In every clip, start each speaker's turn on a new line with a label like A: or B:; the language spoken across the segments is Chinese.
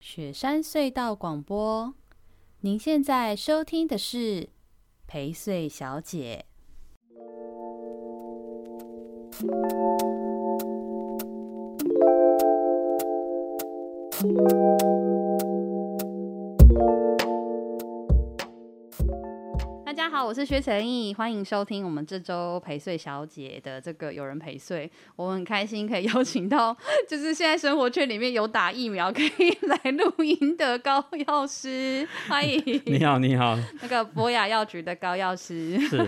A: 雪山隧道广播。您现在收听的是陪睡小姐。大家好，我是薛成义，欢迎收听我们这周陪睡小姐的这个有人陪睡。我很开心可以邀请到，就是现在生活圈里面有打疫苗可以 来录音的高药师，欢迎
B: 你好，你好，
A: 那个博雅药局的高药师。
B: 是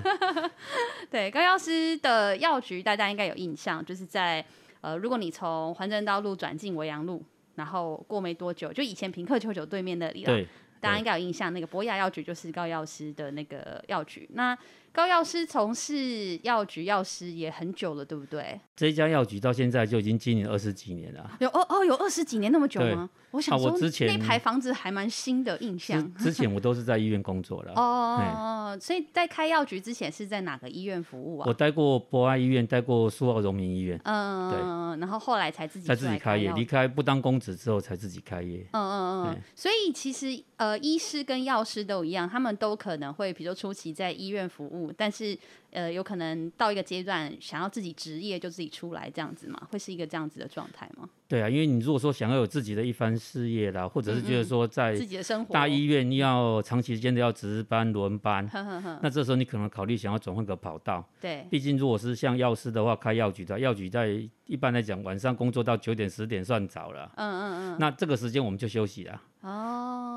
A: 对，高药师的药局大家应该有印象，就是在呃，如果你从环镇道路转进维扬路，然后过没多久，就以前平克球球对面那里啦，
B: 对，
A: 大家应该有印象，那个博雅药局就是高药师的那个药局。那高药师从事药局药师也很久了，对不对？
B: 这一家药局到现在就已经经营二十几年了。
A: 有哦哦，有二十几年那么久
B: 对
A: 吗？我想
B: 啊
A: 说，
B: 我之前
A: 那排房子还蛮新的印
B: 之
A: 象。
B: 之前我都是在医院工作了，
A: 哦，所以在开药局之前是在哪个医院服务啊
B: 我？待过博爱医院，待过苏澳荣民医院，
A: 嗯，然后后来才自己
B: 才
A: 出
B: 自
A: 来
B: 己开业。
A: 药
B: 离开不当公职之后才自己开业。
A: 嗯嗯嗯嗯
B: 对，
A: 所以其实呃，医师跟药师都一样，他们都可能会，比如说初期在医院服务，但是呃，有可能到一个阶段想要自己职业就自己出来这样子嘛，会是一个这样子的状态吗？
B: 对啊，因为你如果说想要有自己的一番事业啦，或者是觉得说在
A: 自己的嗯生活，
B: 大医院要长期间的要值班轮班，
A: 呵呵呵，
B: 那这时候你可能考虑想要转换个跑道。
A: 对，
B: 毕竟如果是像药师的话，开药局的话药局在一般来讲晚上工作到九点十点算早了。
A: 嗯嗯
B: 那这个时间我们就休息啦。
A: 嗯，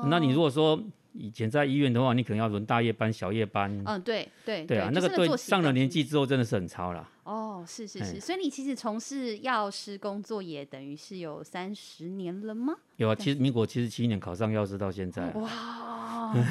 A: 哦，
B: 那你如果说以前在医院的话，你可能要轮大夜班、小夜班，
A: 嗯对对
B: 对啊，
A: 就
B: 那个
A: 是
B: 对
A: 作息
B: 上了
A: 的
B: 年纪之后真的是很超啦。
A: 哦，是是是，
B: 哎
A: 所以你其实从事药师工作也等于是有三十年了 吗？
B: 有啊，其实民国七十七年考上药师到现在啊，
A: 哇，你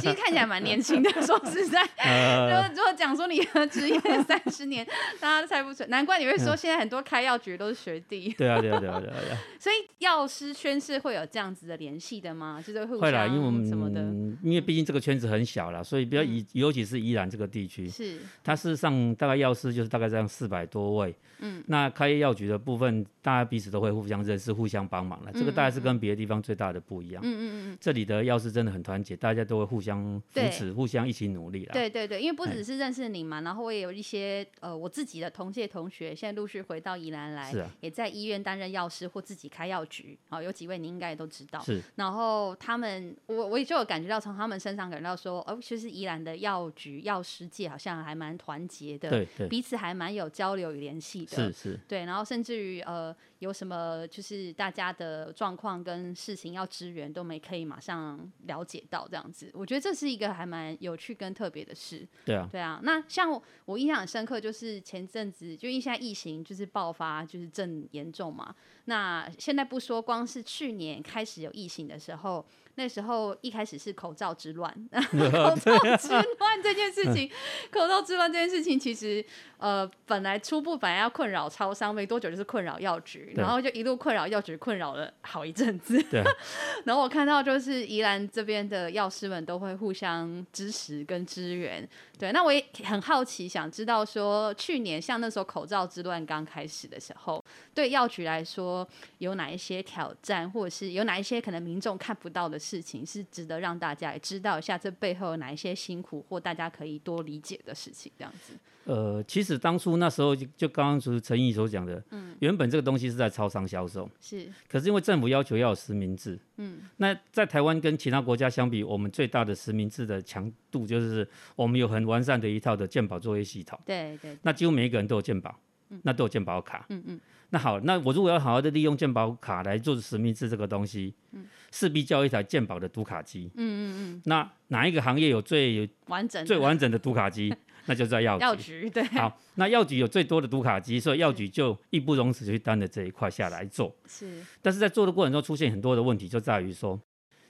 A: 其实看起来蛮年轻的，说实在，
B: 呃，
A: 如果如果讲说你的职 业三十年，大家猜不出，难怪你会
B: 嗯
A: 说现在很多开药局都是学弟，
B: 对啊，对啊，对啊，对啊， 对啊
A: 所以药师圈是会有这样子的联系的吗？就是互
B: 会啦，因为我
A: 相什么的，嗯
B: 们因为毕竟这个圈子很小啦，所以比较以尤其是宜兰这个地区，
A: 是
B: 它事实上大概药师就是大概这样四百多位，嗯，那开业药局的部分，大家彼此都会互相认识、互相帮忙了，这个大概是跟别的地方最大的不一样，嗯嗯嗯，这里的药师真的很团结，大家都会互相扶
A: 对
B: 持、互相一起努力啦。
A: 对对对，因为不
B: 哎
A: 只是认识你嘛，然后我也有一些呃我自己的同届同学，现在陆续回到宜兰来，
B: 是啊
A: 也在医院担任药师或自己开药局，好、有几位你应该也都知道。
B: 是，
A: 然后他们，我我也就有感觉到从他们身上感觉到说，哦，其实宜兰的药局药师界好像还蛮团结的，
B: 对对，
A: 彼此还蛮有交流与联系的。
B: 是是。
A: 对，然后甚至于呃，有什么就是大家的状况跟事情要支援，都没可以马上了解到这样子。我觉得这是一个还蛮有趣跟特别的事。
B: 对啊，
A: 对啊，那像我我印象很深刻，就是前阵子就因为现在疫情就是爆发，就是正严重嘛。那现在不说，光是去年开始有疫情的时候，那时候一开始是口罩之乱， 口罩之乱这件事
B: 嗯
A: 情， 口罩之乱这件事情，其实呃本来初步本来要困扰超商，没多久就是困扰药局，
B: 对
A: 然后就一路困扰药局，困扰了好一阵子。
B: 对啊，
A: 然后我看到就是宜兰这边的药师们都会互相支持跟支援。对，那我也很好奇，想知道说去年像那时候口罩之乱刚开始的时候，对药局来说有哪一些挑战，或者是有哪一些可能民众看不到的事情，是值得让大家也知道一下这背后有哪一些辛苦或大家可以多理解的事情，这样子。
B: 呃，其实当初那时候就就刚刚就是陈毅所讲的，嗯，原本这个东西是在超商销售，
A: 是，
B: 可是因为政府要求要有实名制，嗯，那在台湾跟其他国家相比，我们最大的实名制的强度就是我们有很完善的一套的健保作业系统，
A: 对对，
B: 那几乎每一个人都有健保，那都有健保卡，嗯嗯，那好，那我如果要好好的利用健保卡来做实名制这个东西，嗯，势必叫一台健保的读卡机，嗯嗯嗯，那哪一个行业有最有
A: 完整的
B: 最完整的读卡 机？那就在药
A: 药
B: 局。
A: 局对
B: 好，那药局有最多的读卡机，所以药局就义不容辞去担了这一块下来做。
A: 是，
B: 但是在做的过程中，出现很多的问题，就在于说，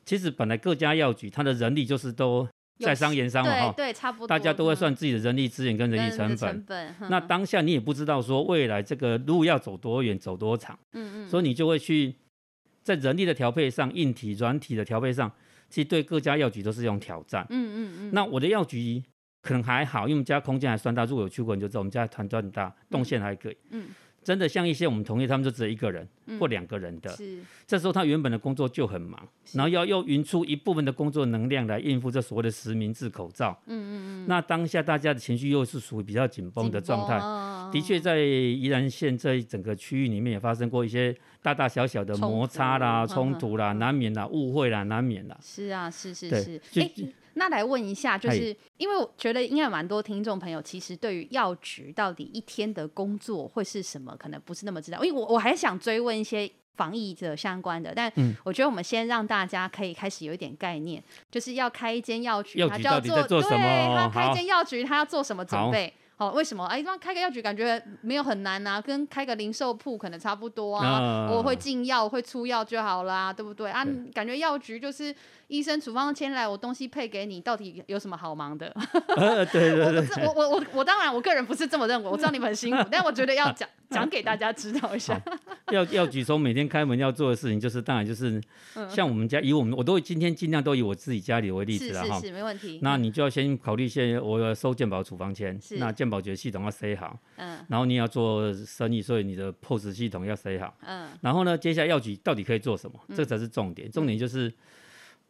B: 其实本来各家药局它的人力就是都在商言商嘛
A: 对
B: 哈，
A: 对，差不多，嗯
B: 大家都会算自己的人力资源跟人力成本。
A: 成本。
B: 那当下你也不知道说未来这个路要走多远、走多长，
A: 嗯嗯，
B: 所以你就会去在人力的调配上、硬体、软体的调配上，其实对各家药局都是一种挑战。
A: 嗯嗯嗯，
B: 那我的药局可能还好，因为我们家空间还算大。如果有去过你就知道，我们家团团很大，动线还可以。
A: 嗯
B: 真的像一些我们同业，他们就只有一个人或两个人的，
A: 是
B: 这时候他原本的工作就很忙，然后要又匀出一部分的工作能量来应付这所谓的实名制口罩。嗯嗯嗯。那当下大家的情绪又是属于比较紧绷的状
A: 哦
B: 态，的确在宜兰县这一整个区域里面也发生过一些大大小小的
A: 冲突
B: 摩擦啦、
A: 嗯
B: 冲突啦，
A: 嗯
B: 难免啦、误会啦，难免啦。
A: 是啊，是是
B: 对
A: 是。
B: 就
A: 哎、那来问一下，就
B: 哎
A: 是因为我觉得应该有蛮多听众朋友，其实对于药局到底一天的工作会是什么，可能不是那么知道。因为我我还想追问一些防疫的相关的，但
B: 嗯
A: 我觉得我们先让大家可以开始有一点概念，就是要开一间药局，
B: 药
A: 他
B: 局
A: 就要
B: 到底在做什么哦
A: 对，他开一
B: 好
A: 间药局，他要做什么准
B: 好
A: 备？好、为什么？哎，那开个药局感觉没有很难啊，跟开个零售铺可能差不多啊。
B: 啊
A: 我会进药，我会出药就好啦，对不对啊？
B: 对
A: 感觉药局就是医生处方签来，我东西配给你，到底有什么好忙的？
B: 呃， 对对对。
A: 这我我我我当然我个人不是这么认为，我知道你们很辛 苦，但我觉得要讲讲给大家知道一下。
B: 药药局从每天开门要做的事情，就是当然就是
A: 嗯
B: 像我们家以我们我都会今天尽量都以我自己家里为例子
A: 是
B: 啦
A: 是
B: 哈。
A: 是，没问题。
B: 那你就要先考虑一些我要收健保处方签
A: 嗯是，
B: 那健保局的系统要塞好，
A: 嗯
B: 然后你也要做生意，所以你的 POS 系统要塞好。
A: 嗯
B: 然后呢，接下来药局到底可以做什么？这才是重点。重点就是，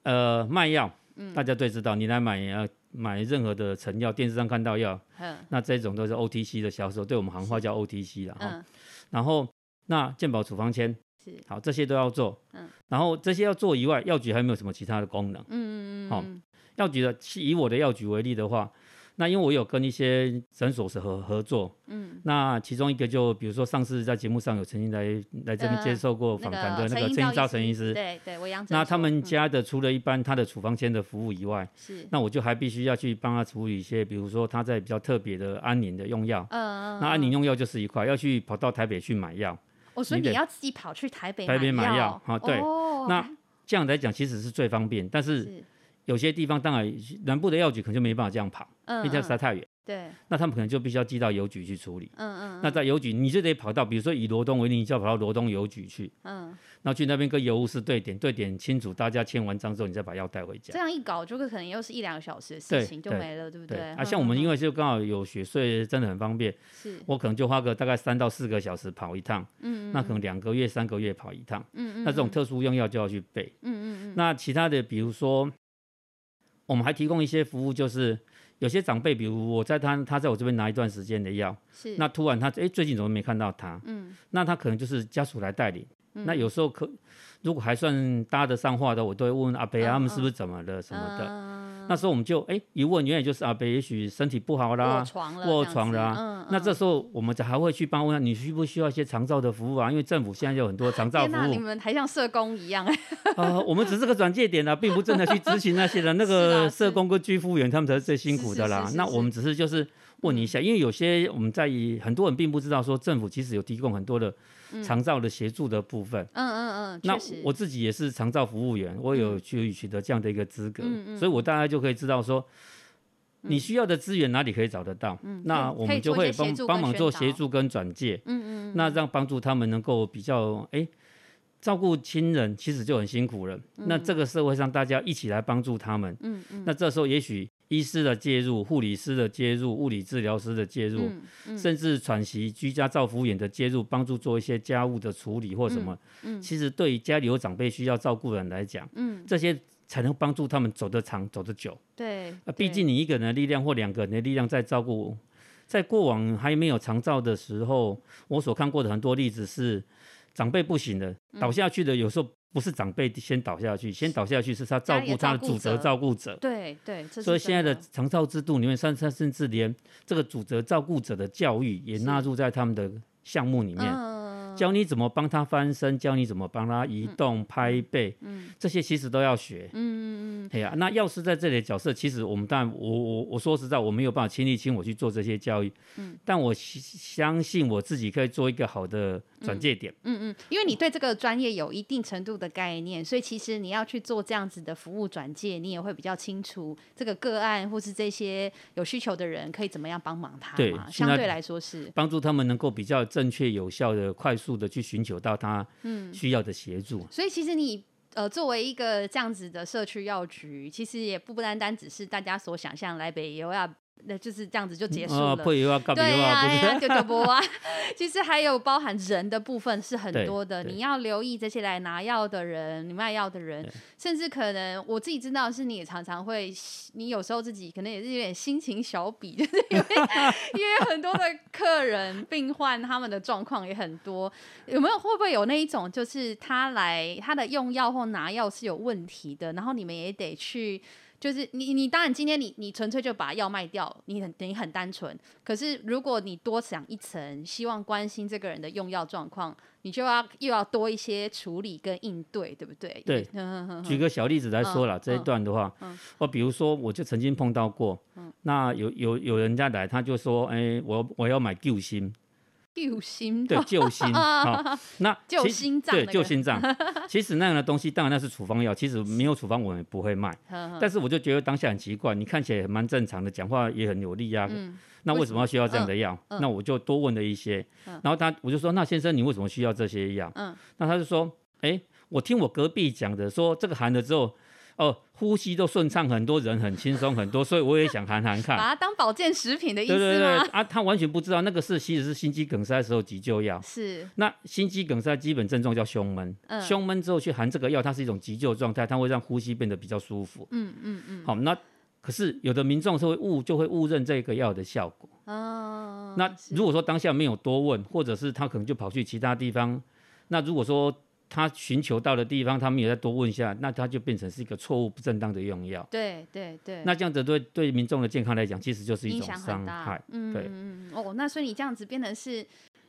B: 呃，卖药，
A: 嗯
B: 大家最知道，你来买要买任何的成药，电视上看到药，
A: 嗯
B: 那这种都是 OTC 的销售，对我们行话叫 OTC 啦。哈、哦
A: 嗯，
B: 然后那健保处方签
A: 是，
B: 好，这些都要做。
A: 嗯
B: 然后这些要做以外，药局还有没有什么其他的功能？
A: 嗯嗯
B: 好
A: 嗯，
B: 药局的，以我的药局为例的话，那因为我有跟一些诊所是合合作，
A: 嗯，
B: 那其中一个就比如说上次在节目上有曾经来来这边
A: 呃
B: 接受过访谈的
A: 陈
B: 那个陈
A: 英
B: 英
A: 照
B: 照陈医师，
A: 对对，我养
B: 那他们
A: 家
B: 家的除了一般他的处方签的服务以外，
A: 是
B: 那我就还必须要去帮他处理一些，比如说他在比较特别的安宁的用药，
A: 嗯
B: 那安宁用药就是一块，要去跑到台北去买药，
A: 哦，所以
B: 你
A: 你
B: 得
A: 要自己跑去台北
B: 台北买
A: 药
B: 药好对
A: 哦
B: 那这样来讲其实是最方便，但是
A: 是
B: 有些地方当然南部的药局可能就没办法这样跑，因
A: 嗯
B: 为它实在
A: 嗯
B: 太远，
A: 对
B: 那他们可能就必须要寄到邮局去处理。
A: 嗯嗯
B: 那在邮局，你就得跑到，比如说以罗东为例，你就要跑到罗东邮局去，
A: 嗯，
B: 那去那边跟邮务室对点，对点清楚，大家签完章之后，你再把药带回家
A: 这。样一搞，就可能又是一两个小时的事
B: 对
A: 情就
B: 对
A: 没了，对不
B: 对
A: 对？
B: 啊，像我们因
A: 为
B: 为就刚好有雪，所以真的很方便。
A: 是嗯
B: 我可能就花个大概三到四个小时跑一趟，嗯那可能两个月、三个月跑一趟，嗯嗯，那这种特殊用药就要去备，嗯嗯嗯。那其他的，比如说，我们还提供一些服务，就是有些长辈，比如我在他他在我这边拿一段时间的药，
A: 是
B: 那突然他哎最近怎么没看到他？
A: 嗯
B: 那他可能就是家属来代理。
A: 嗯
B: 那有时候可如果还算搭得上话的，我都会问阿伯
A: 嗯
B: 啊他们
A: 嗯
B: 是不是怎么了什么的。
A: 的
B: 那时候我们就哎、一问，原来就是阿伯也许身体不好啦
A: 卧。床了，这
B: 卧
A: 样
B: 床
A: 子
B: 了啊
A: 嗯，
B: 那这
A: 嗯
B: 时候我们才还会去帮问他，你需不需要一些长照的服务啊？因为政府现在有很多长照
A: 天
B: 服
A: 哪，你
B: 务
A: 们还像社工一 样，
B: 啊、我们只是个转介点啦、啊并不真的去执行那些的。那
A: 是啦啊
B: 个
A: 是
B: 社工跟居服务员他们才是最辛苦的
A: 是
B: 啦
A: 是嗯是。是
B: 那我们只是就是问你一下，因为有些我们在意很多人并不知道说政府其实有提供很多的长照的协助的部分。
A: 嗯嗯嗯，
B: 那
A: 确实嗯
B: 我自己也是长照服务员，我有去取得这样的一个资格，
A: 嗯嗯嗯
B: 所以我大概就可以知道说。你需要的资源哪里可以找得到？那
A: 可以
B: 我
A: 可以
B: 们就
A: 做一些
B: 会
A: 协
B: 帮
A: 助
B: 帮
A: 跟
B: 忙
A: 宣
B: 做
A: 导
B: 协助跟转介，
A: 嗯嗯
B: 那让帮助他们能够比较哎、照顾亲人，其实就很辛苦了。那这个社会上大家一起来帮助他们，
A: 嗯嗯
B: 那这时候也许医师的介入、护理师的介入、物理治疗师的介入，
A: 嗯嗯
B: 甚至喘息居家照服务员的介入，帮助做一些家务的处理或什么。
A: 嗯嗯
B: 其实对于家里有长辈需要照顾的人来讲，
A: 嗯，
B: 这些才能帮助他们走得长、走得久。
A: 对
B: 啊，，毕
A: 对
B: 竟你一个人的力量或两个人的力量在照顾，在过往还没有长照的时候，我所看过的很多例子是长辈不行了，
A: 嗯
B: 倒下去的有时候不是长辈先倒下去，先倒下去是他
A: 家
B: 照
A: 里的
B: 顾他
A: 照
B: 的
A: 顾
B: 主责
A: 者
B: 照顾者。
A: 对对，这
B: 所以
A: 是
B: 现在
A: 真
B: 的长照制度里面，甚甚甚至连这个主责照顾者的教育也
A: 是
B: 纳入在他们的项目里面，
A: 嗯
B: 教你怎么帮他翻身，教你怎么帮他移动、拍背，这些其实都要学。
A: 嗯嗯嗯嗯
B: 哎呀，那药师在这里的角色，其实我们当然，我我我说实在，我没有办法亲力亲我去做这些教育，
A: 嗯
B: 但我相相信我自己可以做一个好的转介点。
A: 嗯嗯，因为你对这个专业有一定程度的概念，所以其实你要去做这样子的服务转介，你也会比较清楚这个个案或是这些有需求的人可以怎么样帮忙他
B: 对
A: 嘛。
B: 现
A: 相
B: 在
A: 对来说是，
B: 帮助他们能够比较正确、有效的、快速的去寻求到他
A: 嗯
B: 需要的协助。
A: 所以其实你。呃，作为一个这样子的社区药局，其实也不单单只是大家所想象来北邮啊那就是这样子就结束
B: 啊，
A: 了。
B: 不以要干别
A: 对
B: 话，
A: 呀、
B: 不
A: 对呀、
B: 是？
A: 丢丢波 啊！其实还有包含人的部分是很
B: 对
A: 多的，
B: 对
A: 你要留意这些来拿药的人，你卖药的人，甚至可能我自己知道是你也常常会，你有时候自己可能也是有点心情小比，就是因 为因为很多的客人、病患他们的状况也很多，有没有会不会有那一种就是他来他的用药或拿药是有问题的，然后你们也得去。就是你，你当然今天你你纯粹就把药卖掉，你很你很单纯。可是如果你多想一层，希望关心这个人的用药状况，你就要又要多一些处理跟应对，对不对？
B: 对
A: 嗯， 嗯嗯
B: 举个小例子来说啦，
A: 嗯嗯
B: 这一段的话，我比如说我就曾经碰到过，那有有有人家来，他就说，哎，我我要买救心，
A: 救心
B: 对，救心，好，那其
A: 救心脏
B: 对，
A: 那
B: 救
A: 个
B: 心脏。其实那样的东西，当然那是处方药，其实没有处方我们也不会卖。但是我就觉得当下很奇怪，你看起来也蛮正常的，讲话也很有力啊，那为什么要需要这样的药？那我就多问了一些，然后他我就说，那先生你为什么需要这些药？
A: 嗯
B: 那他就说，哎、我听我隔壁讲的，说这个含了之后，哦、呼吸都顺畅很多，人很轻松很多，所以我也想含含看。
A: 把它当保健食品的意
B: 对对
A: 思
B: 啊对
A: 吗？
B: 啊，他完全不知道那个是其实是心肌梗塞的时候急救药。
A: 是，
B: 那心肌梗塞基本症状叫胸闷，
A: 嗯
B: 胸闷之后去含这个药，它是一种急救状态，它会让呼吸变得比较舒服。
A: 嗯嗯嗯，
B: 好，那可是有的民众是会误就会误认这个药的效果。
A: 嗯，
B: 那
A: 是
B: 如果说当下没有多问，或者是他可能就跑去其他地方，那如果说他寻求到的地方他们也再多问一下，那他就变成是一个错误不正当的用药。
A: 对对对，
B: 那这样子对对民众的健康来讲，其实就是一
A: 影
B: 种
A: 响很
B: 伤害
A: 大。。嗯，
B: 对
A: 嗯嗯哦，那所以你这样子变成是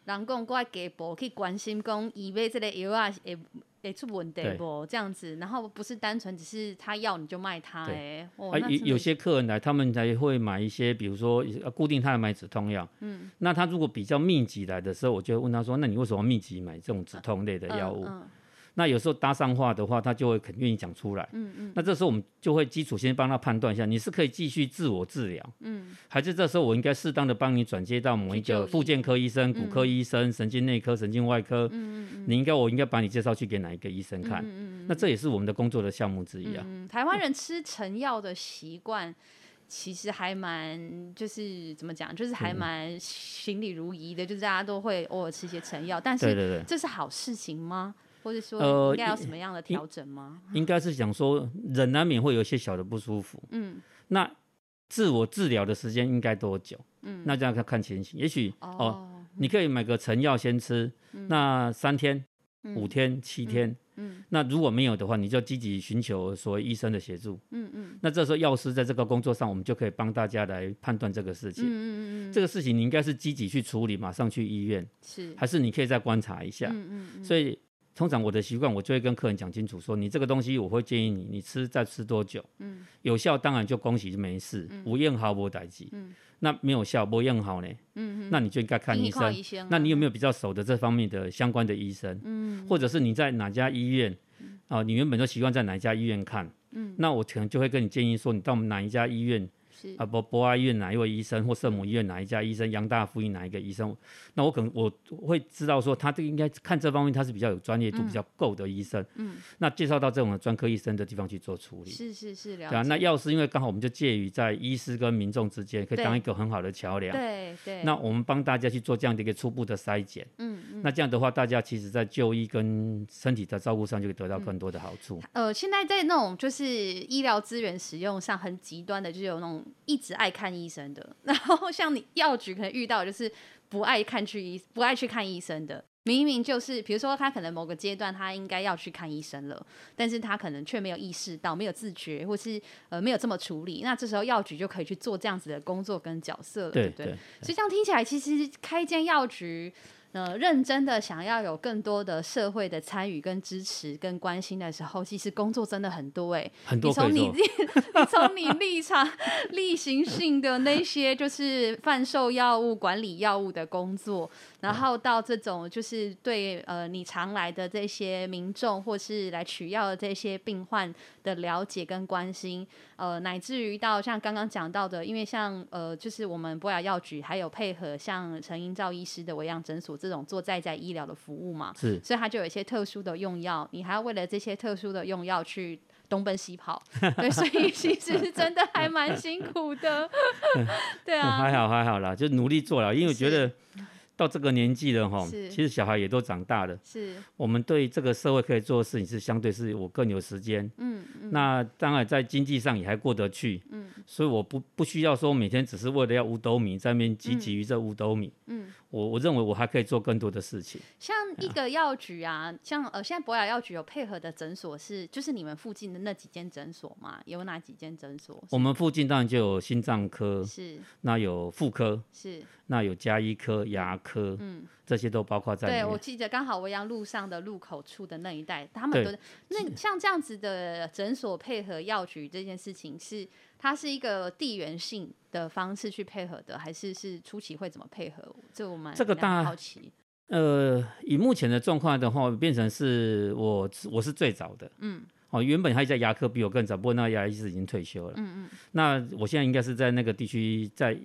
A: 人讲过来给博去关心讲，以为这个药啊会会出问题
B: 对
A: 不？这样子，然后不是单纯只是他要你就卖他哎、
B: 对
A: 哦，
B: 啊，
A: 那
B: 有
A: 真的
B: 有
A: 是
B: 些客人来，他们才会买一些，比如说呃固定他来买止痛药。嗯，那他如果比较密集来的时候，我就会问他说：“那你为什么密集买这种止痛类的药物？”
A: 嗯
B: 那有时候搭上话的话，他就会肯愿意讲出来。嗯嗯。那这时候我们就会基础先帮他判断一下，你是可以继续自我治疗，嗯，还是这时候我应该适当的帮你转接到某一
A: 去就
B: 个
A: 医嗯
B: 复健科医生、骨科医生、神经内科、神经外科，嗯嗯你应该我应该把你介绍去给哪一个医生看？嗯嗯那这也是我们的工作的项目之一啊。
A: 嗯，台湾人吃成药的习惯。其实还蛮，就是怎么讲，就是
B: 嗯
A: 还蛮行礼如仪的，就是大家都会偶尔吃一些成药，但
B: 对
A: 是
B: 对对，
A: 这是好事情吗？或者说
B: 呃
A: 应该要
B: 一
A: 什么样的
B: 一
A: 调整吗？
B: 应该是讲说人难免会有一些小的不舒服，
A: 嗯，
B: 那自我治疗的时间应该多久？嗯，那这样要看情形，也许哦
A: 哦，
B: 你可以买个成药先吃，那三天、五天、七天。
A: 嗯
B: 那如果没有的话，你就积极寻求所谓医生的协助。
A: 嗯嗯，
B: 那这时候药师在这个工作上，我们就可以帮大家来判断这个事情。
A: 嗯嗯嗯嗯，
B: 这个事情你应该是积极去处理，马上去医院，
A: 是，
B: 还是你可以再观察一下？
A: 嗯嗯嗯，
B: 所以通常我的习惯，我就会跟客人讲清楚说，你这个东西我会建议你，你吃再吃多久，嗯，有效当然就恭喜就没事，无验好无代志，嗯，那没有效无验好呢，嗯，那你就应该看
A: 听
B: 医
A: 你看
B: 生。
A: 医生啊，
B: 那你有没
A: 有
B: 有比较熟的这方面的相关的医生？嗯，或者是你在哪家医院啊、你原本就习惯在哪一家医院看？嗯，那我可能就会跟你建议说，你到我们哪一家医院
A: 是
B: 啊，博博爱医院哪一位医生，或圣母医院哪一家医生，杨大福医哪一个医生，那我可能我会知道说，他这个应该看这方面他是比较有专业度、
A: 嗯
B: 比较够的医生，嗯，那介绍到这种的专科医生的地方去做处理。
A: 是是是了
B: 对啊，
A: 解
B: 那药师因为刚好我们就介于在医师跟民众之间，可以
A: 对
B: 当一个很好的桥梁。
A: 对对，
B: 那我们帮大家去做这样的一个初步的筛检，
A: 嗯嗯。
B: 那这样的话，大家其实在就医跟身体的照顾上就可以得到更多的好处。
A: 呃，现在在那种就是医疗资源使用上很极端的，就是有那种一直爱看医生的，然后像你药局可能遇到就是不爱看去医不爱去看医生的，明明就是比如说他可能某个阶段他应该要去看医生了，但是他可能却没有意识到，没有自觉，或是呃没有这么处理，那这时候药局就可以去做这样子的工作跟角色了，对
B: 对
A: 不对？所以这样听起来，其实开一间药局，呃，认真的想要有更多的社会的参与、跟支持、跟关心的时候，其实工作真的很多哎、
B: 很
A: 你
B: 多可
A: 从
B: 以
A: 你
B: 做
A: 立，。 你从你立场、例行性的那些，就是贩售药物、管理药物的工作，
B: 嗯
A: 然后到这种就是对呃你常来的这些民众或是来取药的这些病患的了解跟关心，呃，乃至于到像刚刚讲到的，因为像呃，就是我们博雅药局还有配合像陈英照医师的维养诊所这种做在在医疗的服务嘛，
B: 是
A: 所以它就有一些特殊的用药，你还要为了这些特殊的用药去。东奔西跑，对，所以其实真的还蛮辛苦的，对
B: 嗯
A: 啊，
B: 还好还好啦，就努力做了，因为我觉
A: 是
B: 得到这个年纪了哈，
A: 是
B: 其实小孩也都长大了，
A: 是，
B: 我们对这个社会可以做的事情是相对是我更有时间，
A: 嗯嗯，
B: 那当然在经济上也还过得去，
A: 嗯，
B: 所以我不不需要说每天只是为了要五斗米在那边积极于这五斗米，
A: 嗯，
B: 我我认为我还可以做更多的事情，
A: 像一个药局啊，像呃，现在博雅药局有配合的诊所是，就是你们附近的那几间诊所嘛？有哪几间诊所？
B: 我们附近当然就有心脏科，
A: 是
B: 那有妇科，
A: 是，
B: 那有加医科、牙科，
A: 嗯，
B: 这些都包括在
A: 对
B: 里
A: 我
B: 面。
A: 记得刚好维扬路上的路口处的那一带，他们
B: 对
A: 都那像这样子的诊所配合药局这件事情是，它是一个地缘性的方式去配合的，还是是初期会怎么配合？这我蛮
B: 这个
A: 蛮
B: 大
A: 好奇，
B: 呃，以目前的状况的话，变成是我我是最早的，
A: 嗯，
B: 哦，原本还有一家牙科比我更早，不过那个牙医师已经退休了，
A: 嗯嗯
B: 那我现在应该是在那个地区，在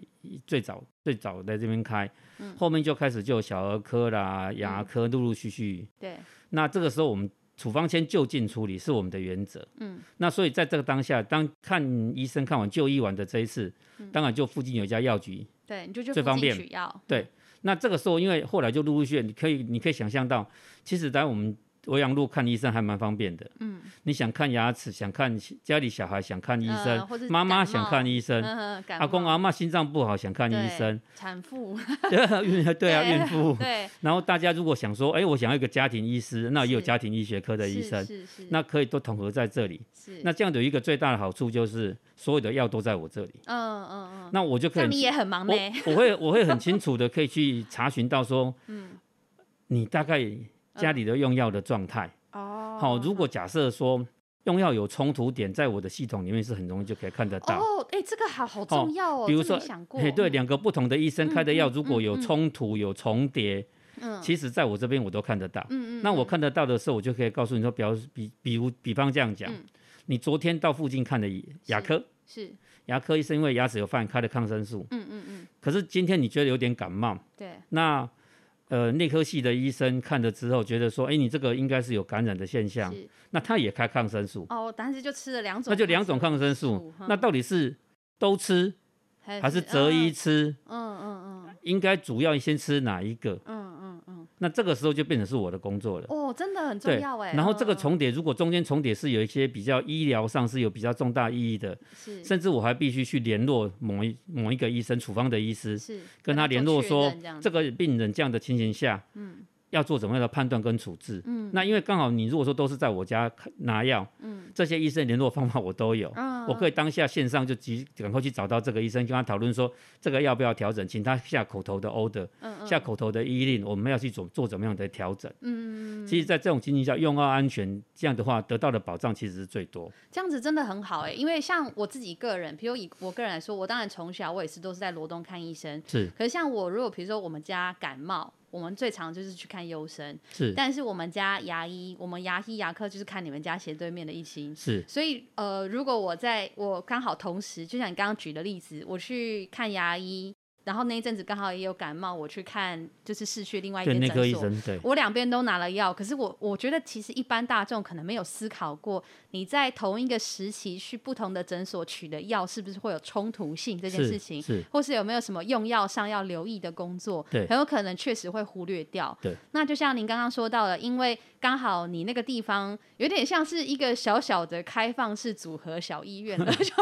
B: 最早最早在这边开，
A: 嗯
B: 后面就开始就有小儿科啦、牙科，陆陆续续。
A: 对，
B: 那这个时候我们处方先就近处理是我们的原则。
A: 嗯，
B: 那所以在这个当下，当看医生看完就医完的这一次，
A: 嗯
B: 当然就附近有一家药局。
A: 对，你就去
B: 最
A: 附
B: 方
A: 近
B: 便
A: 取药，
B: 对那这个时候，因为后来就陆陆续续，你可以你可以想象到，其实在我们维阳路看医生还蛮方便的。嗯，你想看牙齿，想看家里小孩，想看医生
A: 呃，或是
B: 妈妈
A: 感
B: 想
A: 冒
B: 看医生。
A: 嗯，感
B: 阿公
A: 冒
B: 阿妈心脏不好，想看医
A: 对
B: 生，
A: 产妇，
B: 对对啊，
A: 对
B: 孕妇。
A: 对，
B: 然后大家如果想说，哎，我想要一个家庭医师，那也有
A: 是
B: 家庭医学科的医
A: 是
B: 生，
A: 是是，
B: 那可以都统合在这里。
A: 是
B: 那这样的一个最大的好处就是，所有的药都在我这里，
A: 嗯嗯嗯，
B: 那我就
A: 这
B: 可以
A: 样
B: 很
A: 你
B: 清，
A: 也很忙呢，
B: 我我会我会很清楚的可以去查询到说，
A: 嗯
B: 你大概家里的用药的状态。
A: 哦
B: 好，如果假设说用药有冲突点，在我的系统里面是很容易就可以看得到。
A: 哦，哎，这个好好重要哦，
B: 比如
A: 这没
B: 说
A: 想过，
B: 嘿，对，两个不同的医生开的药，
A: 嗯嗯
B: 如果有
A: 嗯嗯
B: 冲突、有重叠，
A: 嗯，
B: 其实在我这边我都看得到。
A: 嗯嗯，
B: 那我
A: 嗯
B: 看得到的时候，我就可以告诉你说，比方比比如比方这样讲，
A: 嗯
B: 你昨天到附近看的牙
A: 是
B: 科，
A: 是，
B: 牙科医生因为牙齿有犯开了抗生素，
A: 嗯嗯嗯，
B: 可是今天你觉得有点感冒，
A: 对，
B: 那呃内科系的医生看了之后觉得说，哎，你这个应该是有感染的现象，
A: 是
B: 那他也开抗生素，
A: 哦，但是就吃了两种，
B: 那就两种，抗生素，
A: 嗯
B: 那到底是都吃还是啊择一
A: 嗯
B: 吃？
A: 嗯嗯
B: 应该主要先吃哪一个？
A: 嗯嗯嗯，
B: 那这个时候就变成是我的工作了。
A: 哦，真的很重
B: 对，哦
A: 要哎，
B: 然后这
A: 嗯
B: 个
A: 嗯
B: 重叠，如果中间重叠是有一些比较医疗上是有比较重大意义的，
A: 是
B: 甚至我还必须去联络某一某一个医生，处方的医师，
A: 是
B: 跟他
A: 做
B: 联络
A: 确
B: 说
A: 认这样
B: 这个病人这样的情形下，
A: 嗯
B: 要做怎么样的判断跟处置。
A: 嗯
B: 那因为刚好你如果说都是在我家拿药，
A: 嗯
B: 这些医生联络方法我都有，
A: 嗯，
B: 我可
A: 以
B: 以当下线上就急赶快去找到这个医生，跟他讨论说这个要不要调整，请他下口头的 order，、
A: 嗯
B: 下口头的医令，我们要去做做怎么样的调整。
A: 嗯嗯嗯
B: 其实，在这种情形下，用药安全这样的话，得到的保障其实是最多。
A: 这样子真的很好哎、因为像我自己个人，比如以我个人来说，我当然从小我也是都是在罗东看医生。
B: 是
A: 可是像我，如果比如说我们家感冒，我们最常就是去看优生，
B: 是
A: 但是我们家牙医，我们牙医牙科就是看你们家斜对面的医生。
B: 是
A: 所以，呃，如果我在我刚好同时，就像你刚刚举的例子，我去看牙医，然后那一阵子刚好也有感冒，我去看就是市区另外一
B: 对
A: 间
B: 内
A: 诊
B: 科医
A: 所，
B: 生，对
A: 我两边都拿了药，可是我我觉得其实一般大众可能没有思考过，你在同一个时期去不同的诊所取的药是不是会有冲突性这件事
B: 是
A: 情，
B: 是
A: 或是有没有什么用药上要留意的工作，
B: 对
A: 很有可能确实会忽略掉。
B: 对，
A: 那就像您刚刚说到的，因为刚好你那个地方有点像是一个小小的开放式组合小医院了， 就是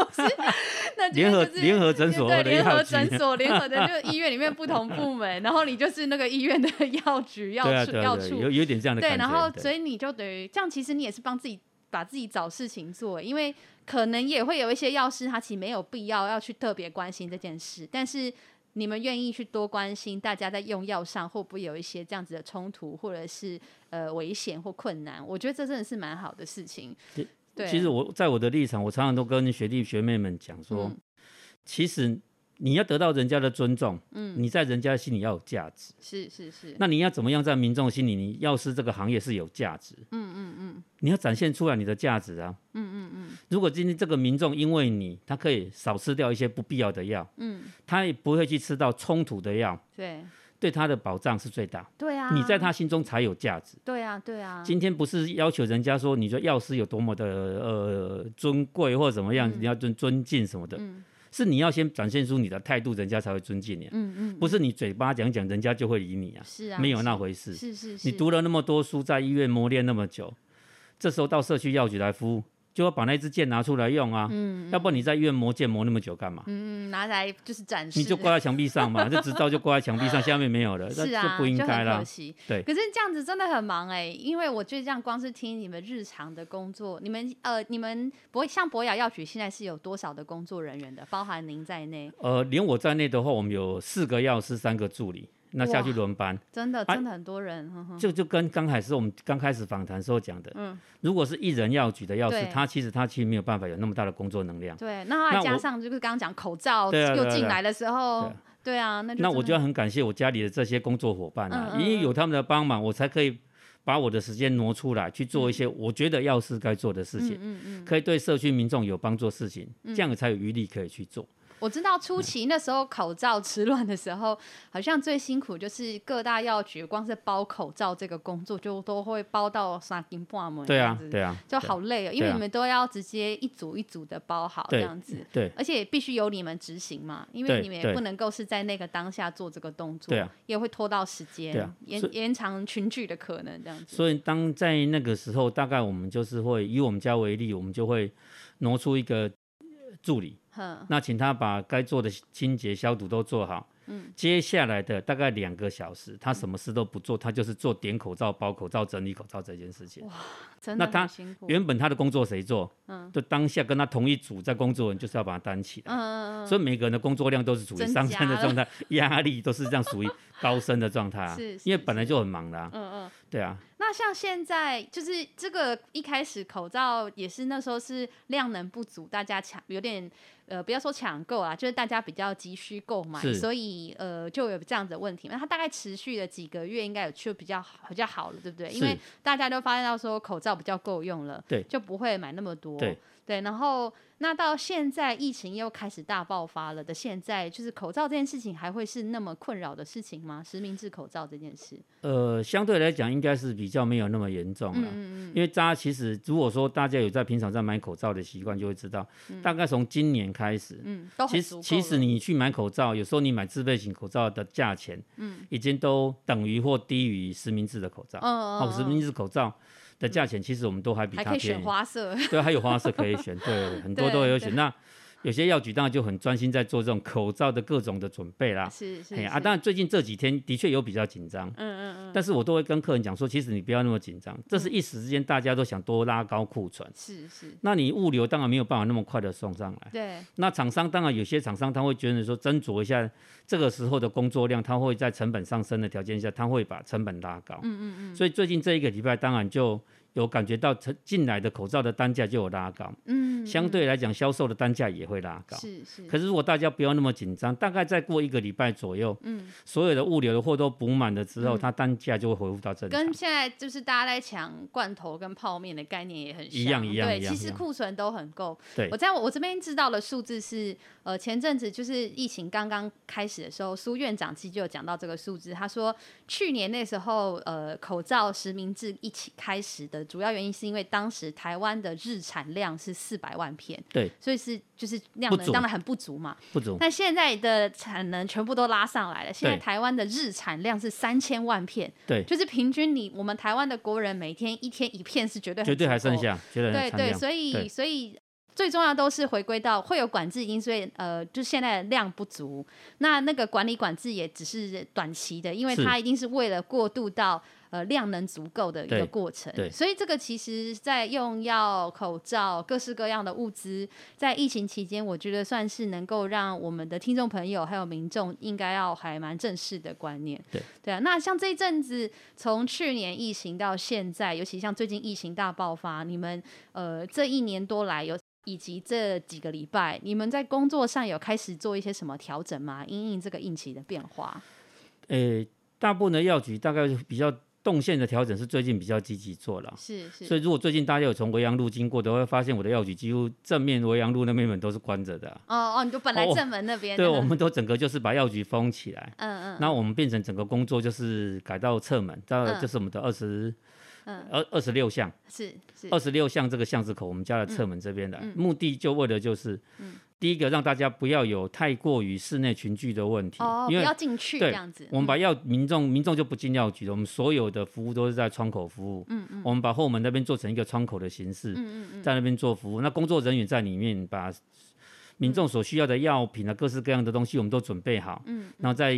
A: 那今天
B: 联合
A: 就是
B: 联合诊所
A: 对
B: 的
A: 联
B: 药
A: 合
B: 局，
A: 诊所、联合 的就医院里面不同部门，然后你就是那个医院的药局、药
B: 对啊
A: 处、
B: 对啊
A: 药
B: 对啊，
A: 处
B: 有，有一点这样的感
A: 对，
B: 觉。
A: 然后所
B: 以
A: 以你就等于这样，其实你也是帮自己把自己找事情做，因为可能也会有一些药师他其实没有必要要去特别关心这件事，但是你们愿意去多关心大家在用药上会不会有一些这样子的冲突，或者是呃危险或困难，我觉得这真的是蛮好的事情
B: 其。
A: 对，
B: 其实我在我的立场，我常常都跟学弟学妹们讲说，
A: 嗯
B: 其实你要得到人家的尊重，
A: 嗯
B: 你在人家心里要有价值。
A: 是是是，
B: 那你要怎么样在民众心里，你药师这个行业是有价值，
A: 嗯嗯嗯
B: 你要展现出来你的价值啊。
A: 嗯嗯
B: 如果今天这个民众因为你，他可以少吃掉一些不必要的药，
A: 嗯嗯，
B: 他也不会去吃到冲突的药，
A: 对，
B: 对他的保障是最大，
A: 对啊，
B: 你在他心中才有价值。
A: 对啊，对啊，
B: 今天不是要求人家说，你说药师有多么的呃尊贵或怎么
A: 嗯
B: 样，你要尊尊敬什么的，是你要先展现出你的态度，人家才会尊敬你啊、
A: 嗯嗯，
B: 不是你嘴巴讲讲，人家就会理你啊，
A: 是啊，
B: 没有那
A: 是
B: 回事。
A: 是是是，
B: 你读了那么多书，在医院磨练那么久，这时候到社区药局来服务，就要把那支箭拿出来用啊，要不然你在医院磨剑磨那么久干嘛？
A: 嗯拿来就是展示，
B: 你就挂在墙壁上嘛，这执照就挂在墙 壁上，下面没有了，那
A: 是啊，
B: 就不应该
A: 很
B: 啦
A: 可。惜，
B: 对
A: 可是这样子真的很忙哎、因为我觉得这样光是听你们日常的工作，你们呃，你们博像博雅药局现在是有多少的工作人员的，包含您在内，
B: 呃，连我在内的话，我们有四个药师，三个助理，那下去
A: 哇
B: 轮班。
A: 真的
B: 哎
A: 真的很多人，哼哼
B: 就就跟刚开始我们刚开始访谈时候讲的，嗯，如果是一人药局的药师
A: 对，
B: 他其实他其实没有办法有那么大的工作能量。
A: 对，那还
B: 那
A: 加
B: 我
A: 上就是刚刚讲口罩
B: 对啊对啊
A: 又进
B: 对啊
A: 来的时候
B: 对啊，
A: 对啊，那就
B: 那
A: 真
B: 我
A: 的
B: 就要很感谢我家里的这些工作伙伴啊，
A: 嗯嗯
B: 因为有他们的帮忙，我才可以把我的时间挪出来去做一些我觉得药师该做的事情，
A: 嗯嗯嗯，
B: 可以对社区民众有帮助的事情，这样才有余力可以去做。
A: 我知道初期那时候口罩吃乱的时候，好像最辛苦就是各大药局光是包口罩这个工作就都会包到三斤半门，
B: 对啊，对啊，
A: 就
B: 对
A: 好累哦，因为
B: 对啊
A: 你们都要直接一组一组的包好这
B: 对
A: 样子，
B: 对
A: 而且也必须由你们执行嘛，因为
B: 对
A: 你们也
B: 对
A: 不能够是在那个当下做这个动作，
B: 对啊
A: 也会拖到时间，
B: 对啊所
A: 延
B: 以
A: 延长群聚的可能这样子。
B: 所以当在那个时候，大概我们就是会以我们家为例，我们就会挪出一个助理，
A: 哼，
B: 那请他把该做的清洁消毒都做好。嗯，接下来的大概两个小时，他什么事都不做，他就是做点口罩、包口罩、整理口罩这件事情。
A: 真
B: 那
A: 的很
B: 他
A: 辛苦。
B: 原本他的工作谁做？嗯，就当下跟他同一组在工作的人，就是要把他担起
A: 嗯，
B: 来。
A: 嗯嗯
B: 所以每个人的工作量都是处于
A: 增
B: 上升
A: 加
B: 的
A: 了
B: 状态，压力都是这样属于高升的状态啊。
A: 是
B: 因
A: 是
B: 为本来就很忙的、啊。
A: 嗯嗯，
B: 对啊，
A: 那像现在就是这个一开始口罩也是那时候是量能不足，大家抢有点呃不要说抢购啊，就是大家比较急需购买，
B: 是
A: 所以呃就有这样子的问题。那它大概持续了几个月，应该有就比较好比较好了，对不对？因为
B: 是
A: 大家都发现到说口罩比较够用了，
B: 对
A: 就不会买那么多，
B: 对
A: 然后那到现在疫情又开始大爆发了的现在，就是口罩这件事情还会是那么困扰的事情吗？实名制口罩这件事，
B: 呃，相对来讲应该是比较没有那么严重了，
A: 嗯
B: 因为大家其实如果说大家有在平常在买口罩的习惯，就会知道，大概从今年开始，
A: 嗯，都
B: 其
A: 很足
B: 实
A: 够
B: 其实
A: 了
B: 你去买口罩，有时候你买自备型口罩的价钱，嗯，已经都等于或低于实名制的口罩，
A: 嗯
B: 哦，
A: 嗯
B: 实
A: 嗯
B: 名制口罩的价钱其实我们都还比
A: 还
B: 它
A: 可以
B: 便
A: 选
B: 宜，
A: 花色，
B: 对，还有花色可以选，对，很多
A: 对
B: 都
A: 对
B: 有选。那有些药局当然就很专心在做这种口罩的各种的准备啦，
A: 是是
B: 哎啊，当然最近这几天的确有比较紧张，
A: 嗯嗯嗯，嗯
B: 但是我都会跟客人讲说，其实你不要那么紧张，这是一时之间大家都想多拉高库存，
A: 是是，
B: 那你物流当然没有办法那么快的送上来。
A: 对，
B: 那厂商当然有些厂商他会觉得说斟酌一下这个时候的工作量，他会在成本上升的条件下，他会把成本拉高。嗯嗯嗯。所以最近这一个礼拜，当然就有感觉到成进来的口罩的单价就有拉高，
A: 嗯，
B: 相对来讲销售的单价也会拉高。
A: 是是，
B: 可是如果大家不要那么紧张，大概再过一个礼拜左右，
A: 嗯，
B: 所有的物流的货都补满了之后，它单价就会恢复到正常。
A: 跟现在就是大家在抢罐头跟泡面的概念也很像，
B: 一样一样
A: 对，
B: 一样
A: 其实
B: 一样
A: 库存都很够。
B: 对
A: 我在我我这边知道的数字是，呃，前阵子就是疫情刚刚开始的时候，苏院长其实就有讲到这个数字，他说去年那时候，呃，口罩实名制一起开始的主要原因是因为当时台湾的日产量是四百万片，
B: 对，
A: 所以是就是量
B: 不
A: 能
B: 足嗯
A: 当然很不足嘛，
B: 不足，
A: 那现在的产能全部都拉上来了，现在
B: 对
A: 台湾的日产量是三千万片，
B: 对
A: 就是平均你我们台湾的国人每天一天一片是绝对很
B: 绝对还
A: 足够
B: 剩，下，绝对
A: 对
B: 还剩
A: 对，
B: 下。
A: 所以
B: 对
A: 所以最重要都是回归到会有管制因素，呃，就现在的量不足，那那个管理管制也只是短期的，因为
B: 是
A: 它一定是为了过渡到。呃，量能足够的一个
B: 对
A: 过程，
B: 对
A: 所以这个其实，在用药、口罩、各式各样的物资，在疫情期间，我觉得算是能够让我们的听众朋友还有民众应该要还蛮正视的观念。
B: 对
A: 对啊，那像这一阵子，从去年疫情到现在，尤其像最近疫情大爆发，你们呃这一年多来有。以及这几个礼拜，你们在工作上有开始做一些什么调整吗？因应这个应期的变化，
B: 诶，大部分的药局大概比较动线的调整是最近比较积极做了。
A: 是是，
B: 所以如果最近大家有从维扬路经过的话，会发现我的药局几乎正面维扬路那边门都是关着的啊、
A: 哦哦，你就本来
B: 哦
A: 正门那边，
B: 对，
A: 嗯
B: 我们都整个就是把药局封起来。
A: 嗯嗯，
B: 那我们变成整个工作就是改到侧门，
A: 嗯
B: 当然就是我们的二十、二二十六巷，
A: 是是嗯
B: 二十六巷这个巷子口，我们加了侧门这边来，目的就为了就是，第一个让大家不要有太过于室内群聚的问题，
A: 哦，不
B: 因为
A: 要进去这
B: 对
A: 样子，嗯
B: 我们把药民众民众就不进药局了，我们所有的服务都是在窗口服务，嗯嗯，我们把后门那边做成一个窗口的形式，嗯嗯在那边做服务，那工作人员在里面把。民众所需要的药品啊，各式各样的东西，我们都准备好，嗯，然后在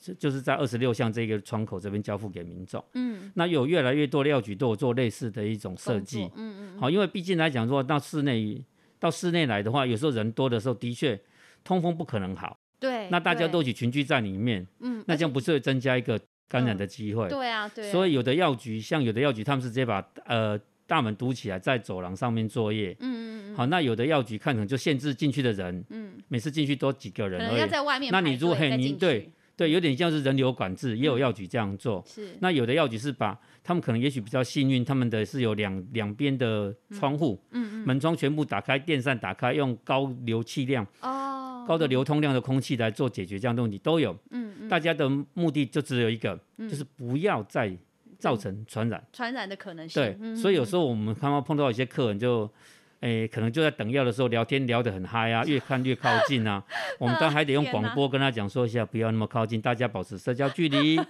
B: 就就是在二十六巷这个窗口这边交付给民众，嗯，那有越来越多的药局都有做类似的一种设
A: 工
B: 计
A: 作，嗯嗯，
B: 好，因为毕竟来讲说到室内到室内来的话，有时候人多的时候，的确通风不可能好，
A: 对，
B: 那大家
A: 对
B: 都一起群聚在里面，
A: 嗯，
B: 那
A: 而
B: 这样不是会增加一个感染的机会？
A: 对啊对啊，
B: 所
A: 以
B: 以有的药局，像有的药局，他们是直接把呃大门堵起来，在走廊上面作业。
A: 嗯嗯嗯，
B: 好，那有的药局看可能就限制进去的人，嗯，每次进去多几个
A: 可
B: 人
A: 能
B: 而
A: 要
B: 已。
A: 在外面
B: 那
A: 排
B: 你
A: 队再进去，
B: 如果嘿你对对，有点像是人流管制，也
A: 嗯
B: 有药局这样做。
A: 是
B: 那有的药局是把他们可能也许比较幸运，他们的是有两两边的窗户，嗯门窗全部打开，电扇打开，用高流气量、
A: 哦，
B: 高的流通量的空气来做解决这样的问题都有。嗯大家的目的就只有一个，就是不要再造成传染。
A: 传染的可能性，
B: 对，
A: 嗯
B: 所以有时候我们看到碰到一些客人就。诶，可能就在等药的时候聊天聊得很嗨啊，越看越靠 近啊。我们当然还得用
A: 天
B: 广
A: 哪
B: 播跟他讲说一下，不要那么靠近，大家保持社交 距离。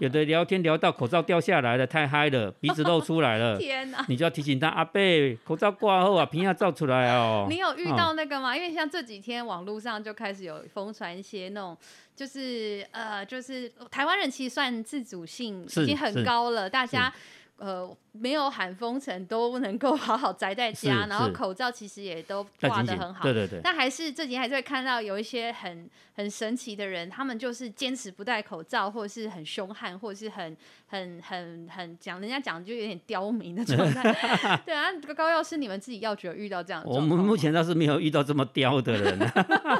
B: 有的聊天聊到口罩掉下来了，太嗨了，鼻子露出来了，
A: 天哪！
B: 你就要提醒他阿贝，口罩挂后啊，瓶要照出来哦。
A: 你有遇
B: 嗯
A: 到那个吗？因为像这几天网络上就开始有疯传一些那种，就是呃，就是台湾人其实算自主性已
B: 是
A: 经很
B: 是
A: 高了，大家。呃，没有喊封城都能够好好宅在家，
B: 是
A: 然后
B: 是
A: 口罩其实也都
B: 戴
A: 挂
B: 紧
A: 得
B: 紧
A: 很，好
B: 对。对对，
A: 但还是这几天还是会看到有一些很很神奇的人，他们就是坚持不戴口罩，或者是很凶悍，或者是很很很很讲人家讲就有点刁民的状态。 对啊，高药师，你们自己药局有遇到这样的
B: 我
A: 状
B: 们
A: 况吗？
B: 目前倒是没有遇到这么刁的人、啊。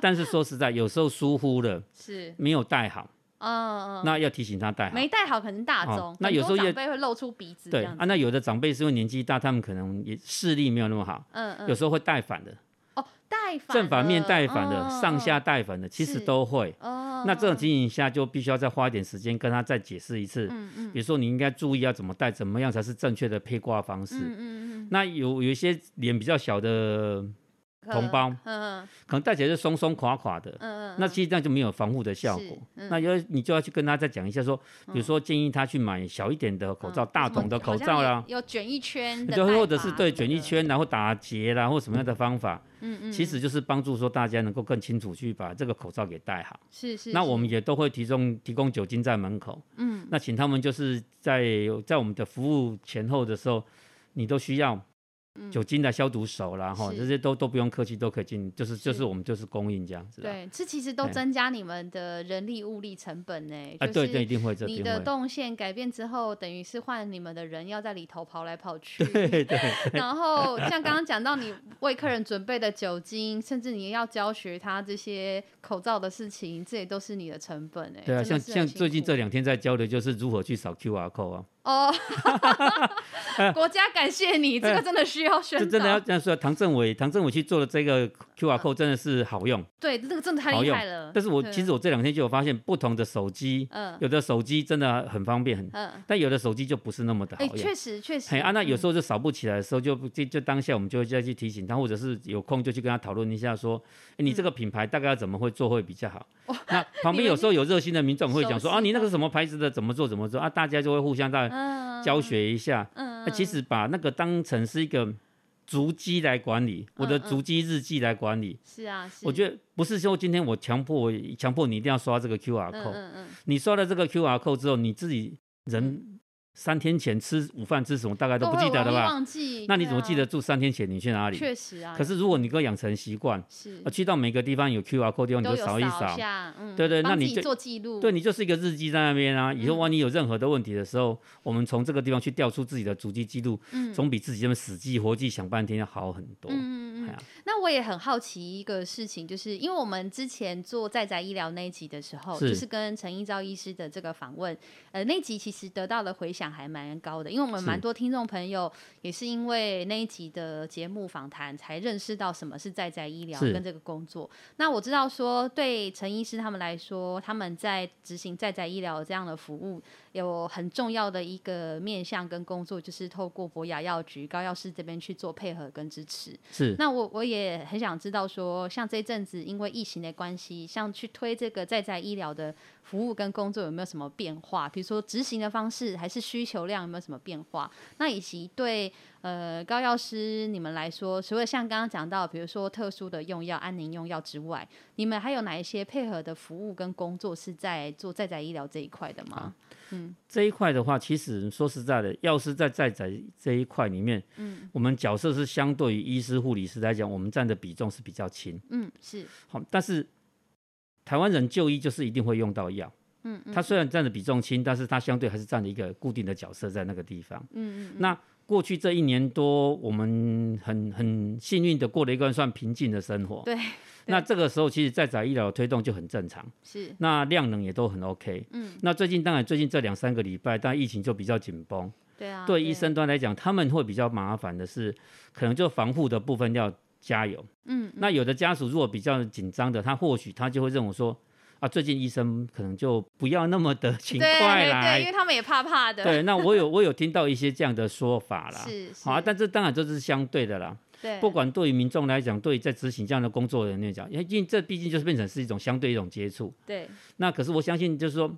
B: 但是说实在，有时候疏忽了，
A: 是，
B: 没有戴好，
A: 嗯嗯，
B: 那要提醒他戴好。
A: 没戴好可能大
B: 哦
A: 众，
B: 那
A: 很
B: 有
A: 多
B: 时候
A: 长
B: 也
A: 辈会露出鼻子这
B: 对
A: 样
B: 啊，
A: 子。
B: 那有的长辈是因为年纪大，他们可能也视力没有那么好，
A: 嗯嗯，
B: 有时候会戴反的，
A: 哦，戴反
B: 正反面
A: 了
B: 戴反的，
A: 嗯
B: 上下戴反的，其
A: 是
B: 实都会。
A: 哦，
B: 那这种情形下，就必须要再花一点时间跟他再解释一次。嗯嗯。比如说，你应该注意要怎么戴，怎么样才是正确的配挂方式。嗯嗯嗯。那有有一些脸比较小的，
A: 可
B: 同胞
A: 嗯
B: 可能戴起来是松松垮垮的，
A: 嗯嗯，
B: 那其实这样就没有防护的效
A: 是嗯
B: 果。那有你就要去跟他再讲一下说，比如说建议他去买小一点的
A: 嗯
B: 口罩，大筒的口罩啦，，
A: 有卷一圈的戴
B: 就
A: 法什么的，
B: 或者是对卷一圈，然后打结啦，或什么样的方法，嗯嗯，其实就是帮助说大家能够更清楚去把这个口罩给戴好。
A: 是，是是，
B: 那我们也都会提供提供酒精在门口，嗯，那请他们就是在在我们的服务前后的时候，你都需要酒精来消毒手啦，哈、
A: 嗯是
B: 这些都都不用客气，都可以进，就是就是
A: 是
B: 我们就是供应这样子啦。
A: 对，这其实都
B: 哎
A: 增加你们的人力物力成本呢。
B: 啊，
A: 就
B: 对对，一
A: 是
B: 定会，这一
A: 你
B: 定
A: 的
B: 会，
A: 动线改变之后，等于是换你们的人要在里头跑来跑去。
B: 对对，啊
A: 然后像刚刚讲到 你为客人准备的酒精，甚至你要教学他这些口罩的事情，这也都是你的成本哎。
B: 对啊，
A: 真的
B: 像
A: 是很
B: 像
A: 辛
B: 最近
A: 苦
B: 这两天在教的就是如何去扫 QR code 啊，
A: 哦，国家感谢你，这个真的需要宣
B: 哎这
A: 导。
B: 真的要这样说，唐政委唐政委去做的这个 QR code 真的是好用，
A: 对，这个真的太
B: 好
A: 厉
B: 用
A: 害了。
B: 但是我
A: 嗯对
B: 其实我这两天就有发现，不同的手机，
A: 嗯
B: 有的手机真的很方便，很，
A: 嗯，
B: 但有的手机就不是那么的好
A: 哎，
B: 用。
A: 确实嗯确实
B: 嘿啊，那有时候就扫不起来的时候，就就就当下我们就会再去提醒他，或者是有空就去跟他讨论一下，说，哎你这个品牌大概要怎么会做会比较好？那旁
A: 嗯你
B: 边
A: 们
B: 有时候有热心的民众会讲
A: 熟
B: 说，
A: 悉
B: 啊，你那
A: 的
B: 个什么牌子的怎么做怎么做啊，大家就会互相在
A: 嗯
B: 教学一下。
A: 嗯
B: 啊那其实把那个当成是一个足迹来管理，我的
A: 嗯嗯
B: 足迹日记来管理。
A: 是啊，是
B: 我觉得不是说今天我强迫强迫你一定要刷这个 QR
A: 嗯
B: code，、
A: 嗯嗯。
B: 你刷了这个 QR code 之后，你自己人三天前吃午饭吃什么大概都不
A: 会
B: 记得
A: 容
B: 了
A: 易
B: 吧？
A: 忘记，
B: 那你
A: 对
B: 怎么记
A: 啊
B: 得？住三天前你去哪里？
A: 确实啊，
B: 可是如果你给我养成习惯，
A: 是
B: 呃去到每个地方有 QR code 地方你
A: 都
B: 就
A: 有
B: 一
A: 扫
B: 扫，
A: 下，嗯，
B: 对对那
A: 帮
B: 你
A: 自己
B: 就
A: 做记录，
B: 对你就是一个日记在那边啊。以后
A: 嗯
B: 万一有任何的问题的时候，我们从这个地方去调出自己的足迹记录，
A: 嗯，
B: 总比自己这么死记活记想半天要好很多。
A: 嗯嗯嗯
B: 哎呀
A: 那我也很好奇一个事情，就是因为我们之前做在宅医疗那一集的时候，
B: 是
A: 就是跟陈一昭医师的这个访问，呃，那集其实得到的回响还蛮高的，因为我们
B: 是
A: 蛮多听众朋友也是因为那一集的节目访谈才认识到什么是在宅医疗
B: 是
A: 跟这个工作。那我知道说，对陈医师他们来说，他们在执行在宅医疗这样的服务，有很重要的一个面向跟工作，就是透过博雅药局、高药师这边去做配合跟支持。
B: 是
A: 那我我也很想知道说，像这一阵子因为疫情的关系，像去推这个在在医疗的服务跟工作有没有什么变化？比如说执行的方式，还是需求量有没有什么变化？那以及对呃高药师你们来说，除了像刚刚讲到，比如说特殊的用药、安宁用药之外，你们还有哪一些配合的服务跟工作是在做在在医疗这一块的吗？
B: 啊
A: 嗯
B: 这一块的话，其实说实在的，药师在在在这一块里面，嗯，我们角色是相对于医师、护理师来讲，我们占的比重是比较轻。
A: 嗯，是，
B: 好，但是台湾人就医就是一定会用到药。
A: 嗯嗯
B: 他虽然占的比重轻，但是他相对还是占了一个固定的角色在那个地方。
A: 嗯嗯，
B: 那过去这一年多，我们很很幸运的过了一段算平静的生活。
A: 对，
B: 那这个时候，其实在宅医疗的推动就很正常，
A: 是，
B: 那量能也都很 OK。
A: 嗯，
B: 那最近当然最近这两三个礼拜，但疫情就比较紧绷。
A: 对啊，
B: 对医，生端来讲，他们会比较麻烦的是，可能就防护的部分要加油。
A: 嗯，
B: 那有的家属如果比较紧张的，他或许他就会认为说，啊，最近医生可能就不要那么 的勤
A: 对
B: 快
A: 对
B: 啦
A: 对，因。为他们也怕怕的，
B: 对，那我有我有听到一些这样的说法啦。
A: 是，
B: 好、啊，
A: 是
B: 但这当然这是相对的啦。
A: 对，
B: 不管对于民众来讲，对于在执行这样的工作的人来讲，因为这毕竟就是变成是一种相对一种接触。
A: 对，
B: 那可是我相信，就是说，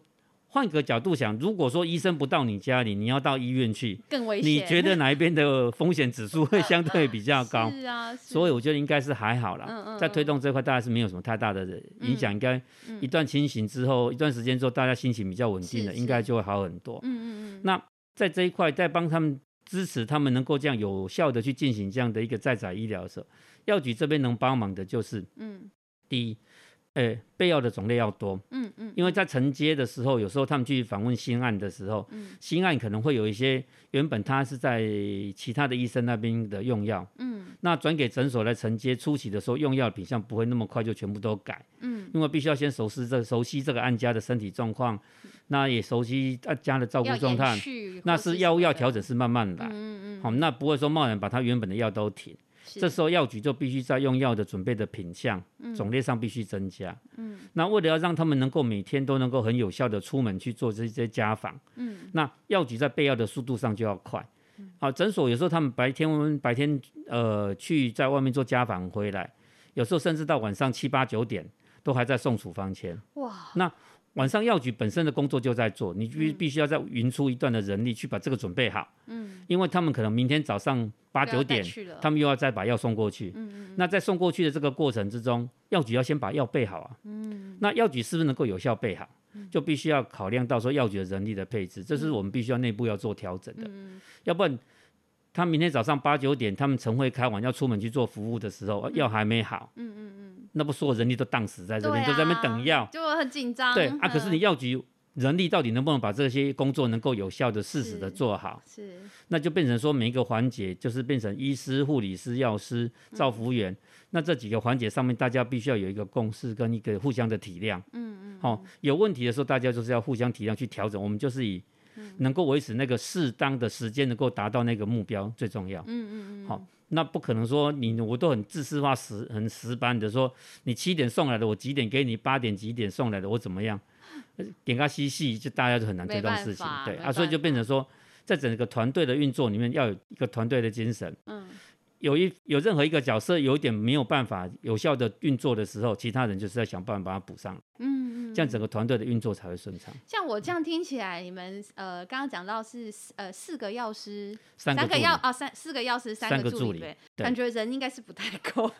B: 换个角度想，如果说医生不到你家里，你要到医院去，
A: 更危险。嗯
B: 你觉得哪一边的风险指数 会相对比较高？
A: 是啊，
B: 所以
A: 以
B: 我觉得应该是还好啦，
A: 嗯嗯
B: 在推动这块大概是没有什么太大的影响，应该
A: 嗯
B: 一段清醒之后，一段时间之后，大家心情比较稳定了，
A: 是
B: 应该就会好很多。
A: 嗯嗯嗯，
B: 那在这一块，在帮他们支持他们能够这样有效的去进行这样的一个在宅医疗的时候，药局这边能帮忙的就是
A: 嗯
B: 第一，呃，备药的种类要多，
A: 嗯嗯，
B: 因为在承接的时候，有时候他们去访问新案的时候，
A: 嗯
B: 新案可能会有一些原本他是在其他的医生那边的用药，
A: 嗯
B: 那转给诊所来承接初期的时候，用药品相不会那么快就全部都改，
A: 嗯，
B: 因为必须要先熟悉这熟悉这个案家的身体状况，那也熟悉案家的照顾
A: 嗯要
B: 状
A: 延
B: 态，
A: 续
B: 那
A: 或
B: 是
A: 什
B: 药物
A: 么
B: 要
A: 的
B: 调整，是慢慢来，
A: 嗯嗯
B: 好，那不会说贸然把他原本的药都停。
A: 嗯，
B: 这
A: 是嗯
B: 时候药局就必须在用药的准备的品项、种类上必须增加。嗯，那为了要让他们能够每天都能够很有效的出门去做这些家访，嗯，那药局在备药的速度上就要快。
A: 嗯
B: 好、诊所有时候他们白天我们白天呃去在外面做家访回来，有时候甚至到晚上七八九点都还在送处方签。
A: 哇，
B: 晚上药局本身的工作就在做，你必必须要在匀出一段的人力去把这个准备好。嗯，因为他们可能明天早上八
A: 不要
B: 九
A: 带
B: 点
A: 去了，
B: 他们又要再把药送过去。那在送过去的这个过程之中，药局要先把药备好啊。那药局是不是能够有效备好？就必须要考量到说药局的人力的配置，这是我们必须要内部要做调整的。要不然，他明天早上八九点，他们晨会开完要出门去做服务的时候，药还没好，嗯嗯嗯，那不所有人力都荡死在这边，
A: 对
B: 都在那边
A: 啊
B: 等药。
A: 就我很紧张。
B: 对啊，可是你
A: 嗯
B: 药局人力到底能不能把这些工作能够有效的、适时的
A: 是
B: 做好？
A: 是
B: 那就变成说每一个环节就是变成医师、护理师、药师、照服员，那这几个环节上面大家必须要有一个共识跟一个互相的体谅。嗯嗯。好、有问题的时候大家就是要互相体谅去调整，我们就是以能够维持那个适当的时间，能够达到那个目标最重要。嗯嗯嗯。好、那不可能说你我都很自私化死很死板的说，你七点送来的，我几点给你，八点几点送来的，我怎么样？呃点个嬉戏，就大家就很难推动事情
A: 没办法，
B: 对
A: 没
B: 啊，所以
A: 办
B: 就变成说，在整个团队的运作里面，要有一个团队的精神。
A: 嗯，
B: 有一有任何一个角色有一点没有办法有效的运作的时候，其他人就是在想办法把它补上来，
A: 嗯嗯，
B: 这样整个团队的运作才会顺畅。
A: 像我这样听起来，你们呃刚刚讲到是四呃四个药师，
B: 三个助
A: 个
B: 理
A: 药啊三四个药师，
B: 三
A: 个
B: 个
A: 助
B: 助
A: 理
B: 理
A: 呗，
B: 对
A: 感觉人应该是不太够。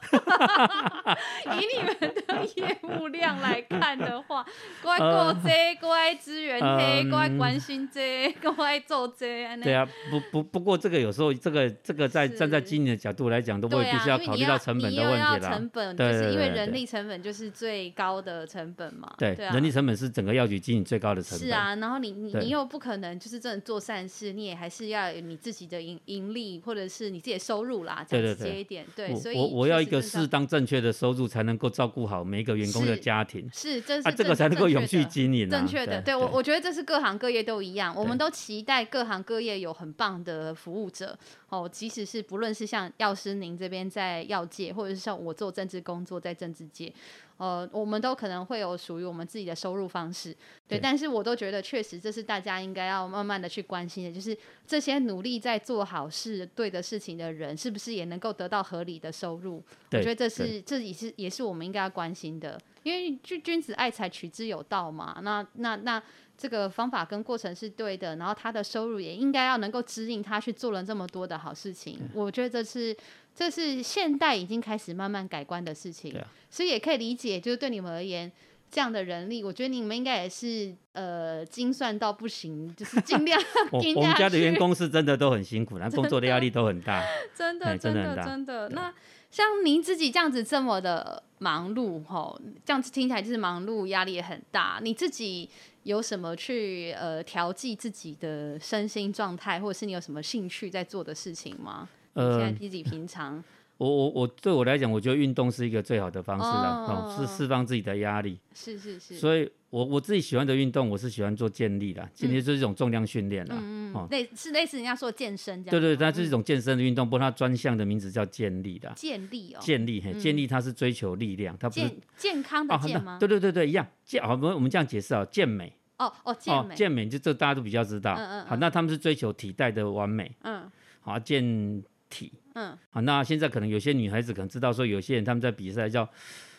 A: 以你们的业务量来看的话， 乖过
B: 呃
A: 这，乖支援这，
B: 嗯
A: 乖关心这，乖做这，
B: 对
A: 啊，
B: 啊，不不不过这个有时候这个这个在
A: 是
B: 站在经理的角度来讲，都会
A: 对
B: 必
A: 啊，
B: 须
A: 因为
B: 考
A: 你
B: 虑到成本
A: 你
B: 的
A: 又
B: 问
A: 要
B: 题啦
A: 成。本就
B: 对
A: 是
B: 对
A: 因为
B: 对
A: 人
B: 对
A: 力成本就是最高的成本嘛，
B: 对，
A: 啊
B: 人力成本是整个药局经营最高的成本。
A: 是啊，然后你你
B: 对
A: 你又不可能就是真的做善事，你也还是要有你自己的盈盈利或者是你自己的收入啦，讲
B: 对对
A: 直接
B: 对
A: 一点，对，
B: 我
A: 所以
B: 我我
A: 确
B: 要一
A: 实
B: 个
A: 这上
B: 适当正确的收入，才能够照顾好每一个员工的
A: 是
B: 家庭
A: 是这是
B: 啊，这
A: 正
B: 个才能够
A: 正确
B: 永续
A: 的
B: 经营、啊。
A: 正确的，对
B: 对
A: 我我觉得这是各行各业都一样，我们
B: 对
A: 都期待各行各业有很棒的服务者哦，即使是不论是像药师您这边在药界，或者是像我做政治工作在政治界，呃，我们都可能会有属于我们自己的收入方式，对，
B: 对
A: 但是我都觉得确实这是大家应该要慢慢的去关心的，就是这些努力在做好事、对的事情的人，是不是也能够得到合理的收入？我
B: 对
A: 觉得这
B: 对
A: 是这也是也是我们应该要关心的，因为君君子爱财，取之有道嘛。那那那这个方法跟过程是对的，然后他的收入也应该要能够指引他去做了这么多的好事情。我觉得这是这是现代已经开始慢慢改观的事情，
B: 对啊
A: 所以也可以理解，就是对你们而言。这样的人力，我觉得你们应该也是呃精算到不行，就是尽量
B: 我
A: 盯
B: 我们
A: 下
B: 家的员
A: 去
B: 工是真的都很辛 苦，然后工作的压力都很大。
A: 真的，
B: 哎
A: 真
B: 真的很
A: 的，
B: 大
A: 真的。那像您自己这样子这么的忙碌，吼，这样子听起来就是忙碌，压力也很大。你自己有什么去呃调剂自己的身心状态，或者是你有什么兴趣在做的事情吗？你现在
B: 呃，
A: 自己平常
B: 我我我对我来讲，我觉得运动是一个最好的方式啦，
A: 哦
B: 哦，是释放自己的压力。
A: 是是是，
B: 所以我我自己喜欢的运动，我是喜欢做健力啦，
A: 嗯
B: 健力就是一种重量训练啦。哦，
A: 类是类似人家说的健身嗯这样哦嗯
B: 对
A: 吗，
B: 对，它是一种健身的运动，不过它专项的名字叫健力啦。
A: 健力哦，
B: 健力，嘿，健力它是追求力量，它不是
A: 健健康的
B: 啊，
A: 健吗
B: 那？对对对对，一样健。好，我们我们这样解释啊，健美
A: 哦哦，健
B: 哦
A: 美，，
B: 健美就这大家都比较知道。
A: 嗯嗯
B: 好，那他们是追求体态的完美，
A: 嗯
B: 好健体。
A: 嗯，
B: 好，那现在可能有些女孩子可能知道说，有些人他们在比赛叫，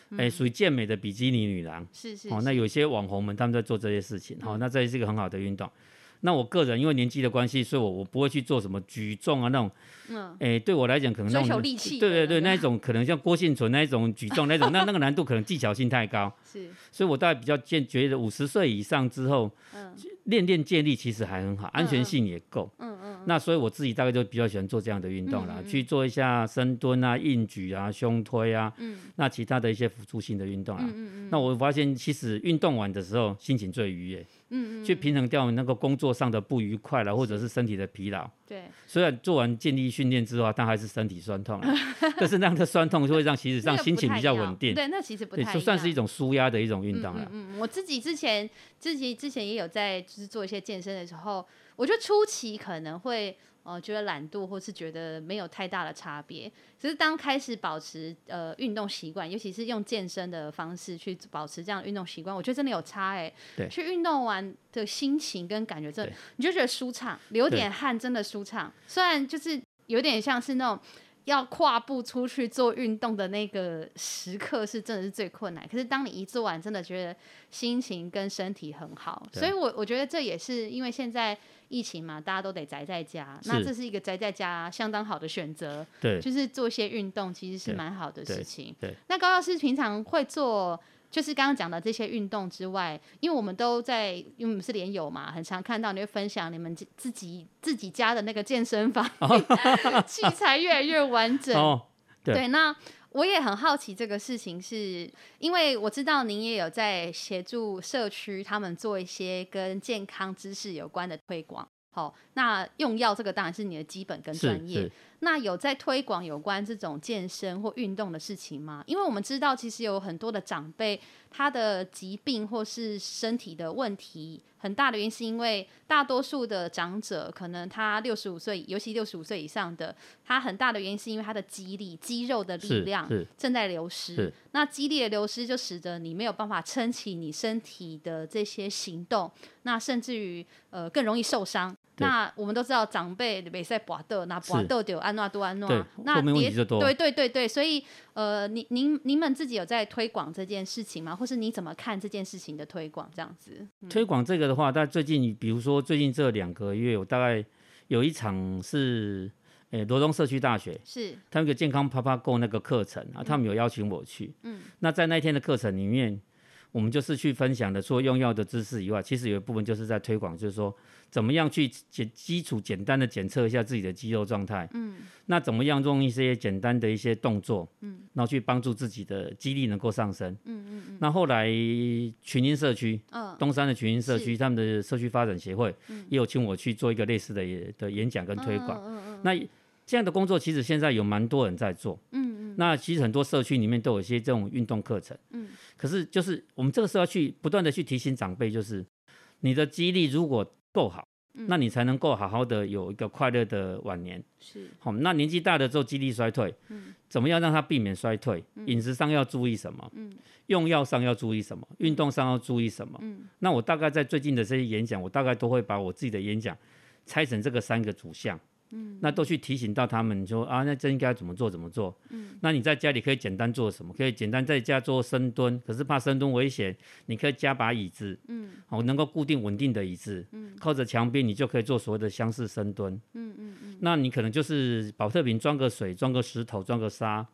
A: 嗯
B: 哎，属于健美的比基尼女郎。
A: 是是，
B: 哦，
A: 是嗯
B: 那有些网红们他们在做这些事情，好、哦，那这也是一个很好的运动。那我个人因为年纪的关系，所以我我不会去做什么举重啊那种，
A: 嗯，
B: 哎、对我来讲可能那
A: 追
B: 种
A: 求力气
B: 对对
A: 的
B: 对，
A: 那
B: 那一种可能像郭幸存那一种举重那种，那那个难度可能技巧性太高，
A: 是
B: 所以我大概比较建觉得五十岁以上之后，练练健力其实还很好，安全性也够，嗯嗯那所以我自己大概就比较喜欢做这样的运动啦，去做一下深蹲啊、硬举啊、胸推啊，嗯，那其他的一些辅助性的运动啊，嗯嗯那我发现其实运动完的时候心情最愉悦，嗯嗯去平衡掉那个工作上的不愉快了，或者是身体的疲劳。
A: 对，
B: 虽然做完健力训练之后啊，但还是身体酸痛啊，但是那样的酸痛就会让其实
A: 那
B: 上
A: 个
B: 心
A: 不
B: 情
A: 太
B: 比较
A: 一样
B: 稳定，
A: 对，那其实不
B: 对，
A: 太
B: 就算
A: 样
B: 是一种舒压的一种运动了。
A: 嗯，我自己之前自己之前也有在就是做一些健身的时候，我觉得初期可能会呃觉得懒惰，或是觉得没有太大的差别。只是当开始保持呃运动习惯，尤其是用健身的方式去保持这样的运动习惯，我觉得真的有差哎、
B: 对
A: 去运动完的心情跟感觉真的
B: 对
A: 你就觉得舒畅，流点汗真的舒畅。虽然就是有点像是那种。要跨步出去做运动的那个时刻是真的是最困难，可是当你一做完，真的觉得心情跟身体很好，
B: 对
A: 所以我我觉得这也是因为现在疫情嘛，大家都得宅在家，
B: 是
A: 那这是一个宅在家相当好的选择，
B: 对，
A: 就是做一些运动其实是
B: 对
A: 蛮好的事
B: 对
A: 情。
B: 对
A: 那高老师平常会做，就是刚刚讲的这些运动之外，因为我们都在，因为我们是连友嘛，很常看到你会分享你们自自己自己家的那个健身 房器材越来越完整，
B: 哦，对
A: 对，那我也很好奇这个事情是，因为我知道您也有在协助社区他们做一些跟健康知识有关的推广。好，那用药这个当然是你的基本跟专
B: 是
A: 业
B: 是。，
A: 那有在推广有关这种健身或运动的事情吗？因为我们知道，其实有很多的长辈，他的疾病或是身体的问题，很大的原因是因为大多数的长者，可能他六十五岁，尤其六十五岁以上的，他很大的原因是因为他的肌力、肌肉的力
B: 是
A: 量
B: 是
A: 正在流失
B: 是。
A: 那肌力的流失，就使得你没有办法撑起你身体的这些行动，那甚至于呃更容易受伤。
B: 对
A: 那我们都知道，长辈没赛拔豆，那拔
B: 是
A: 豆就安诺多安诺啊
B: 对，
A: 那
B: 后面问
A: 别
B: 题就多
A: 对对对对，所以呃，您您你们自己有在推广这件事情吗？或是你怎么看这件事情的推广？这样子，
B: 推广这个的话，但最近比如说最近这两个月，我大概有一场是。诶，罗东社区大学，
A: 是
B: 他们有个嗯健康啪啪购那个课程啊，他们有邀请我去。嗯，那在那一天的课程里面，我们就是去分享的，除了用药的知识以外，其实有一部分就是在推广，就是说怎么样去简基础简单的检测一下自己的肌肉状态，嗯，那怎么样用一些简单的一些动作，嗯，然后去帮助自己的肌力能够上升，嗯嗯嗯。那后来群英社区，
A: 嗯
B: 东山的群英社区，
A: 是
B: 他们的社区发展协会、也有请我去做一个类似的也的演讲跟推
A: 嗯
B: 广，那这样的工作其实现在有蛮多人在做，嗯嗯，那其实很多社区里面都有一些这种运动课程，嗯，可是就是我们这个时候要去不断的去提醒长辈，就是你的肌力如果够好，那你才能够好好的有一个快乐的晚年。
A: 是
B: 好、那年纪大了之后肌力衰退，怎么样让它避免衰退？饮食上要注意什么？用药上要注意什么？运动上要注意什么？那我大概在最近的这些演讲，我大概都会把我自己的演讲拆成这个三个主项。那都去提醒到他们说啊，那这应该怎么做怎么做？那你在家里可以简单做什么？可以简单在家做深蹲，可是怕深蹲危险，你可以加把椅子，嗯，哦，能够固定稳定的椅子，靠着墙壁你就可以做所谓的相似深蹲，那你可能就是保特瓶装个水、装个石头、装个沙，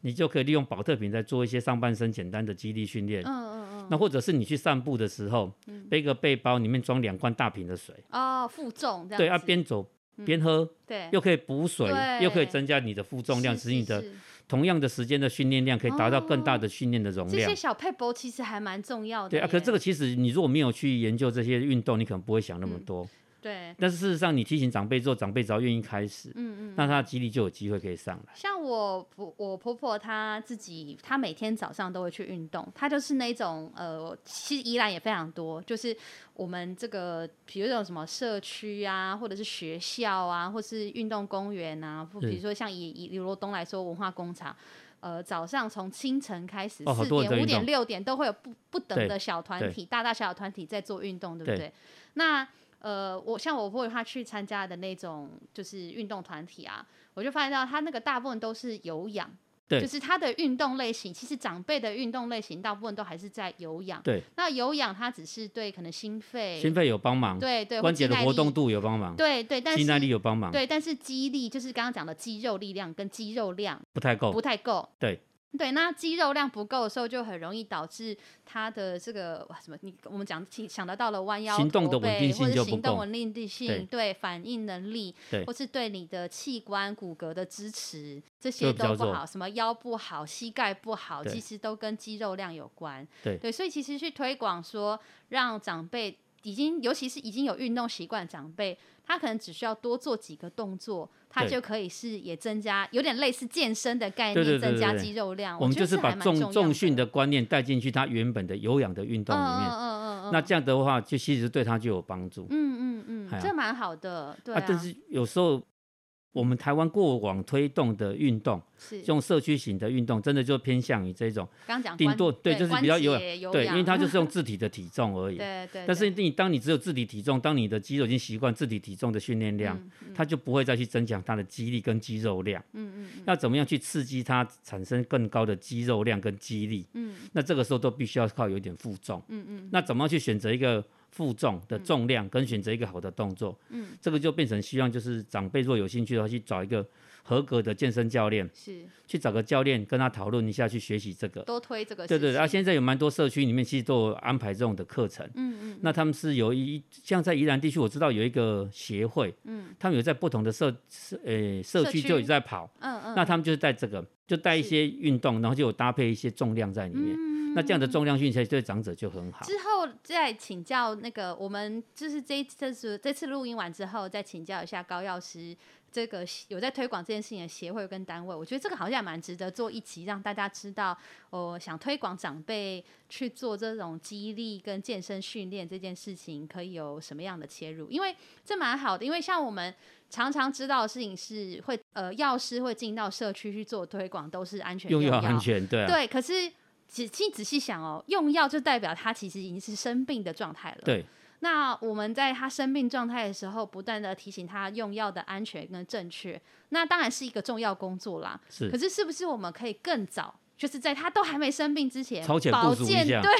B: 你就可以利用保特瓶再做一些上半身简单的肌力训练。嗯嗯嗯。那或者是你去散步的时候，
A: 嗯
B: 背个背包，里面装两罐大瓶的水，
A: 哦，负重这样
B: 对，啊，
A: 子
B: 边走边喝，
A: 对
B: 又可以补水，又可以
A: 对
B: 增加你的负重量，
A: 是
B: 使你的
A: 是是
B: 同样的时间的训练量可以达到更大的训练的容
A: 这
B: 量
A: 些。小配博其实还蛮重要的
B: 对
A: 耶。
B: 啊，可是这个其实你如果没有去研究这些运动，你可能不会想那么
A: 嗯
B: 多。
A: 对，
B: 但是事实上，你提醒长辈之后，长辈只要愿意开始，嗯嗯，那他的肌力就有机会可以上来。
A: 像我婆我婆婆她自己，她每天早上都会去运动，她就是那种呃，其实宜兰也非常多，就是我们这个比如这种什么社区啊，或者是学校啊，或是运动公园啊，或比如说像以以以罗东来说，文化工厂。呃，早上从清晨开始，
B: 哦好
A: 四
B: 多人
A: 点、
B: 在
A: 五
B: 运
A: 点、
B: 动
A: 六点都会有不不等
B: 对
A: 的小团
B: 对
A: 体，大大小小团体在做运动，对不
B: 对
A: 对？那呃，我像我婆婆她去参加的那种就是运动团体啊，我就发现到他那个大部分都是有氧，
B: 对
A: 就是他的运动类型，其实长辈的运动类型大部分都还是在有氧。
B: 对，
A: 那有氧它只是对可能心肺，
B: 心肺有帮忙，
A: 对对，或
B: 关节的
A: 肌耐
B: 活
A: 力
B: 动，度有帮忙，
A: 对对，但
B: 肌耐力
A: 是
B: 有帮忙，
A: 对，但是肌力就是刚刚讲的肌肉力量跟肌肉量
B: 不太
A: 不
B: 够。
A: 太够。
B: 对。
A: 对，那肌肉量不够的时候，就很容易导致他的这个哇什么？你我们讲起想得到了弯腰、
B: 行动
A: 驼
B: 的稳
A: 背
B: 定性
A: 或者
B: 就不
A: 行动
B: 够
A: 稳定性，对反应能力，
B: 对
A: 或是对你的器官骨骼的支持，这
B: 就
A: 些
B: 比
A: 都
B: 较
A: 不
B: 弱
A: 好。什么腰不好、膝盖不好，
B: 对
A: 其实都跟肌肉量有关。
B: 对
A: 所以其实去推广说，让长辈已经，尤其是已经有运动习惯的长辈，他可能只需要多做几个动作，他
B: 对
A: 就可以是也增加，有点类似健身的概念，
B: 对对对
A: 增加
B: 对对
A: 肌肉量。
B: 我们
A: 觉得
B: 就是
A: 这还
B: 把
A: 蛮
B: 重
A: 重
B: 重训
A: 的
B: 的观念带进去他原本的有氧的运动里
A: 嗯
B: 面，
A: 嗯嗯嗯嗯，
B: 那这样的话，就其实对他就有帮助。
A: 嗯嗯
B: 哎
A: 嗯，
B: 呀
A: 这蛮好的，对啊，
B: 但是有时候我们台湾过往推动的运动，
A: 是
B: 这种社区型的运动，真的就偏向于这种，
A: 刚讲
B: 顶
A: 关
B: 多对就是比较有
A: 关节有
B: 对，因为它
A: 他
B: 就是用自体的体重而已。
A: 对对，
B: 但是
A: 对
B: 你当你只有自体体重，当你的肌肉已经习惯自体体重的训练量，
A: 嗯嗯
B: 它就不会再去增强它的肌力跟肌肉量。
A: 嗯嗯嗯
B: 要怎么样去刺激它产生更高的肌肉量跟肌力？
A: 嗯
B: 那这个时候都必须要靠有一点负重。
A: 嗯嗯，
B: 那怎么样去选择一个负重的重量，跟选择一个好的动作？
A: 嗯，
B: 这个就变成希望就是长辈若有兴趣的话，去找一个合格的健身教练，
A: 是
B: 去找个教练跟他讨论一下，去学习这个。
A: 多推这个
B: 对对，
A: 事
B: 对啊，
A: 情
B: 现在有蛮多社区里面其实都有安排这种的课程。
A: 嗯嗯
B: 那他们是有一像在宜兰地区，我知道有一个协会，嗯，他们有在不同的社社呃社
A: 社
B: 区
A: 区
B: 就有在跑，
A: 嗯嗯，
B: 那他们就是带这个，就带一
A: 是嗯
B: 些运动，然后就有搭配一些重量在里面，那这样的重量训练对长者就很好。
A: 之后再请教那个，我们就是这一这次这次录音完之后，再请教一下高药师这个有在推广这件事情的协会跟单位。我觉得这个好像也蛮值得做一集，让大家知道，哦，想推广长辈去做这种激励跟健身训练这件事情，可以有什么样的切入？因为这蛮好的，因为像我们常常知道的事情是会，呃，药师会进到社区去做推广，都是安全
B: 用药
A: 药
B: 安全，对啊，
A: 对，可是仔细仔细想哦，用药就代表他其实已经是生病的状态了。。
B: 对
A: 那我们在他生病状态的时候，不断的提醒他用药的安全跟正确，那当然是一个重要工作啦。可
B: 是
A: 是是不是我们可以更早？就是在他都还没生病之前，
B: 超前
A: 保
B: 部署
A: 健
B: 一下
A: 对，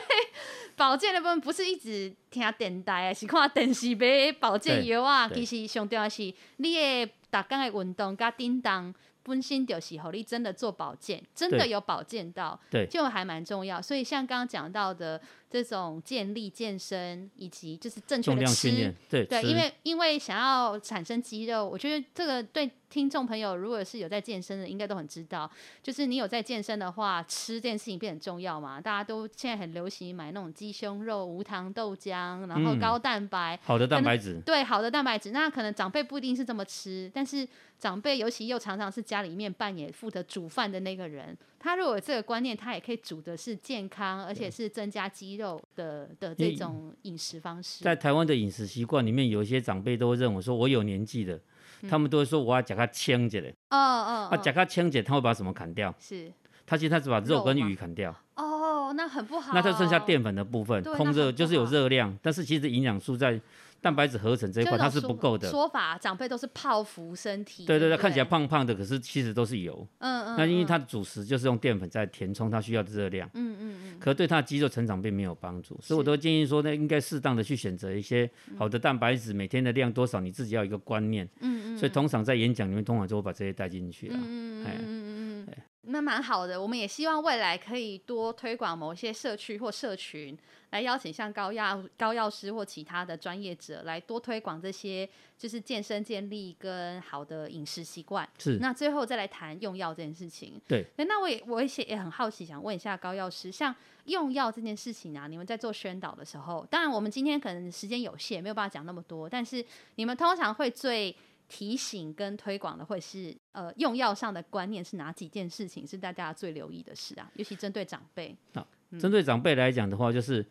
A: 保健的部分不是一直听电台，啊是看电视买保健药啊。
B: 对
A: 其实上重要的是你的大天的运动加叮当本身就是让你真的做保健，真的
B: 对
A: 有保健到，
B: 对
A: 就还蛮重要。所以像刚刚讲到的，这种健力、健身以及就是正确
B: 重
A: 的
B: 量训
A: 吃
B: 练，对
A: 对，
B: 吃
A: 因为因为想要产生肌肉，我觉得这个对听众朋友，如果是有在健身的，应该都很知道，就是你有在健身的话，吃这件事情变得很重要嘛。大家都现在很流行买那种鸡胸肉、无糖豆浆，然后
B: 嗯
A: 高蛋白。
B: 好的蛋
A: 那
B: 白质，
A: 对，好的蛋白质，那可能长辈不一定是这么吃，但是长辈尤其又常常是家里面扮演负责煮饭的那个人，他如果有这个观念，他也可以煮的是健康，而且是增加肌肉的的这
B: 因为
A: 种饮食方式。
B: 在台湾的饮食习惯里面，有一些长辈都会认为说，我有年纪的，
A: 嗯
B: 他们都会说我要甲它清姐的，
A: 哦哦，
B: 啊，
A: 嗯
B: 甲它清姐，他会把什么砍掉？
A: 是
B: 他其实他只把肉
A: 肉
B: 跟
A: 吗
B: 鱼砍掉，
A: 哦，那很不好。
B: 那就剩下淀粉的部分，
A: 对
B: 空
A: 那
B: 热
A: 很不
B: 就是有
A: 好
B: 热量，但是其实营养素在蛋白质合成这一
A: 就
B: 块
A: 那
B: 它
A: 种
B: 是
A: 说
B: 不够的。
A: 说法，长辈都是泡芙身体。
B: 对
A: 对
B: 对，
A: 不
B: 看起来，胖胖的，可是其实都是油。
A: 嗯嗯，
B: 那因为
A: 嗯
B: 它的主食就是用淀粉在填充它需要的热量，嗯嗯嗯，可对它的肌肉成长并没有帮助，所以我
A: 是
B: 都建议说呢，应该适当的去选择一些好的蛋白质，每天的量多少，你自己要有一个观念，嗯嗯，所以通常在演讲里面，通常就会把这些带进去了，嗯嗯
A: 那蛮好的，我们也希望未来可以多推广某些社区或社群，来邀请像高药高药师或其他的专业者来多推广这些就是健身建立跟好的饮食习惯。
B: 是
A: 那最后再来谈用药这件事情。
B: 对，
A: 那我也我也是也很好奇，想问一下高药师，像用药这件事情啊，你们在做宣导的时候，当然我们今天可能时间有限，没有办法讲那么多，但是你们通常会最提醒跟推广的会是呃用药上的观念是哪几件事情是大家最留意的事啊？尤其针对长辈，嗯
B: 针对长辈来讲的话，就是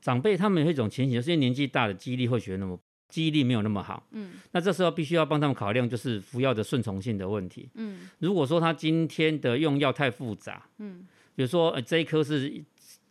B: 长辈他们有一种情形，就是因为年纪大了，记忆力会学那么。记忆力没有那么好，嗯，那这时候必须要帮他们考量，就是服药的顺从性的问题，
A: 嗯，
B: 如果说他今天的用药太复杂，嗯，比如说、呃、这一颗是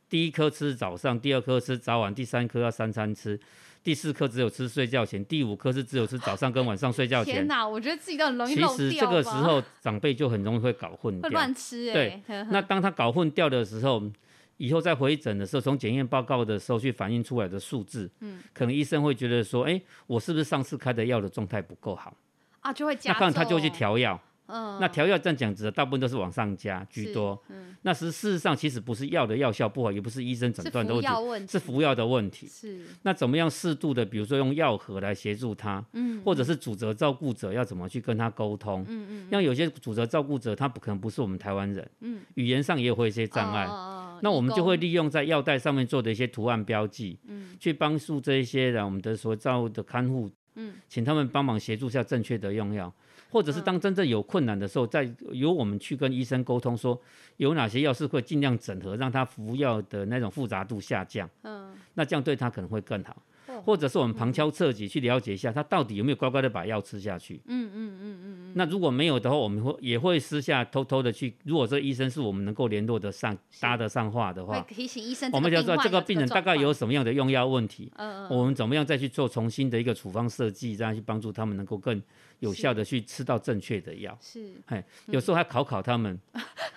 B: 第一颗吃早上，第二颗吃早晚，第三颗要三餐吃，第四颗只有吃睡觉前，第五颗是只有吃早上跟晚上睡觉
A: 天
B: 前。
A: 哪，我觉得自己都很容易
B: 其
A: 漏掉吧，
B: 实这个时候长辈就很容易会搞混
A: 会
B: 掉。
A: 乱吃哎、欸，
B: 那当他搞混掉的时候，以后在回诊的时候，从检验报告的时候去反映出来的数字，嗯，可能医生会觉得说，哎、我是不是上次开的药的状态不够好？
A: 啊就会
B: 那
A: 加
B: 可能他就会去
A: 重，
B: 调药。
A: 嗯，
B: 那调药占讲值的大部分都是往上加居
A: 是嗯
B: 多。那实事实上其实不是药的药效不好，也不是医生诊
A: 是
B: 断的
A: 服
B: 问题，
A: 药问题，
B: 是服药的问题。
A: 是
B: 那怎么样适度的，比如说用药盒来协助他，嗯，或者是主责照顾者要怎么去跟他沟通，嗯嗯，像有些主责照顾者他不可能不是我们台湾人，嗯，语言上也会有一些障碍，
A: 哦哦哦
B: 那我们就会
A: 义工
B: 利用在药袋上面做的一些图案标记，嗯，去帮助这一些呃人，我们的所照的看护，嗯，请他们帮忙协助下正确的用药，或者是当真正有困难的时候，再由我们去跟医生沟通说有哪些药是会尽量整合，让他服药的那种复杂度下降，
A: 嗯，
B: 那这样对他可能会更好
A: 哦。
B: 或者是我们旁敲侧击去了解一下，他到底有没有乖乖的把药吃下去？嗯嗯嗯嗯。那如果没有的话，我们会也会私下偷偷的去。如果这个医生是我们能够联络得上、搭得上话的话，
A: 会提醒医生，
B: 我们要知道这个病人大概有
A: 状
B: 什么样的嗯用药问题，我们怎么样再去做重新的一个处方设计，这样去帮助他们能够更有效的去吃到正确的药
A: 况。是
B: 嘿，有时候还考考 他们，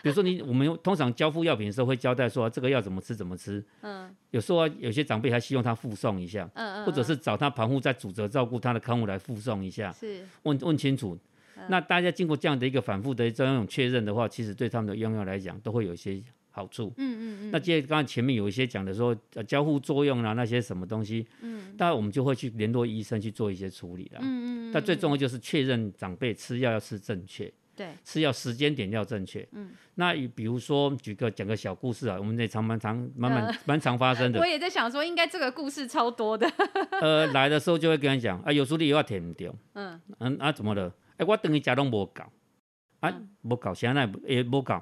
B: 比如说你我们通常交付药品的时候会交代说、这个药怎么吃怎么吃，
A: 嗯
B: 有时候啊、有些长辈还希望他附送一下，
A: 嗯嗯，
B: 或者是找他旁护在主责照顾他的看护来附送一下，
A: 嗯是
B: 问问清楚。
A: 嗯
B: 那大家经过这样的一个反复的这种确认的话，其实对他们的用药来讲都会有一些好处。
A: 嗯嗯嗯，
B: 那接着刚才前面有一些讲的说呃交互作用啊那些什么东西，嗯，当然我们就会去联络医生去做一些处理啦。嗯嗯但最重要就是确认长辈吃药要吃正确，
A: 对
B: 吃药时间点要正确。嗯，那以比如说举个讲个小故事啊，我们这常蛮常蛮蛮蛮常发生
A: 呃我
B: 的。
A: 也在想说，应该这个故事超多的，
B: 呃，来的时候就会跟他讲啊，有时候你药舔唔掉，
A: 嗯
B: 嗯啊怎么了？哎、我等于食拢无够，啊
A: 嗯
B: 无够，现在也无够。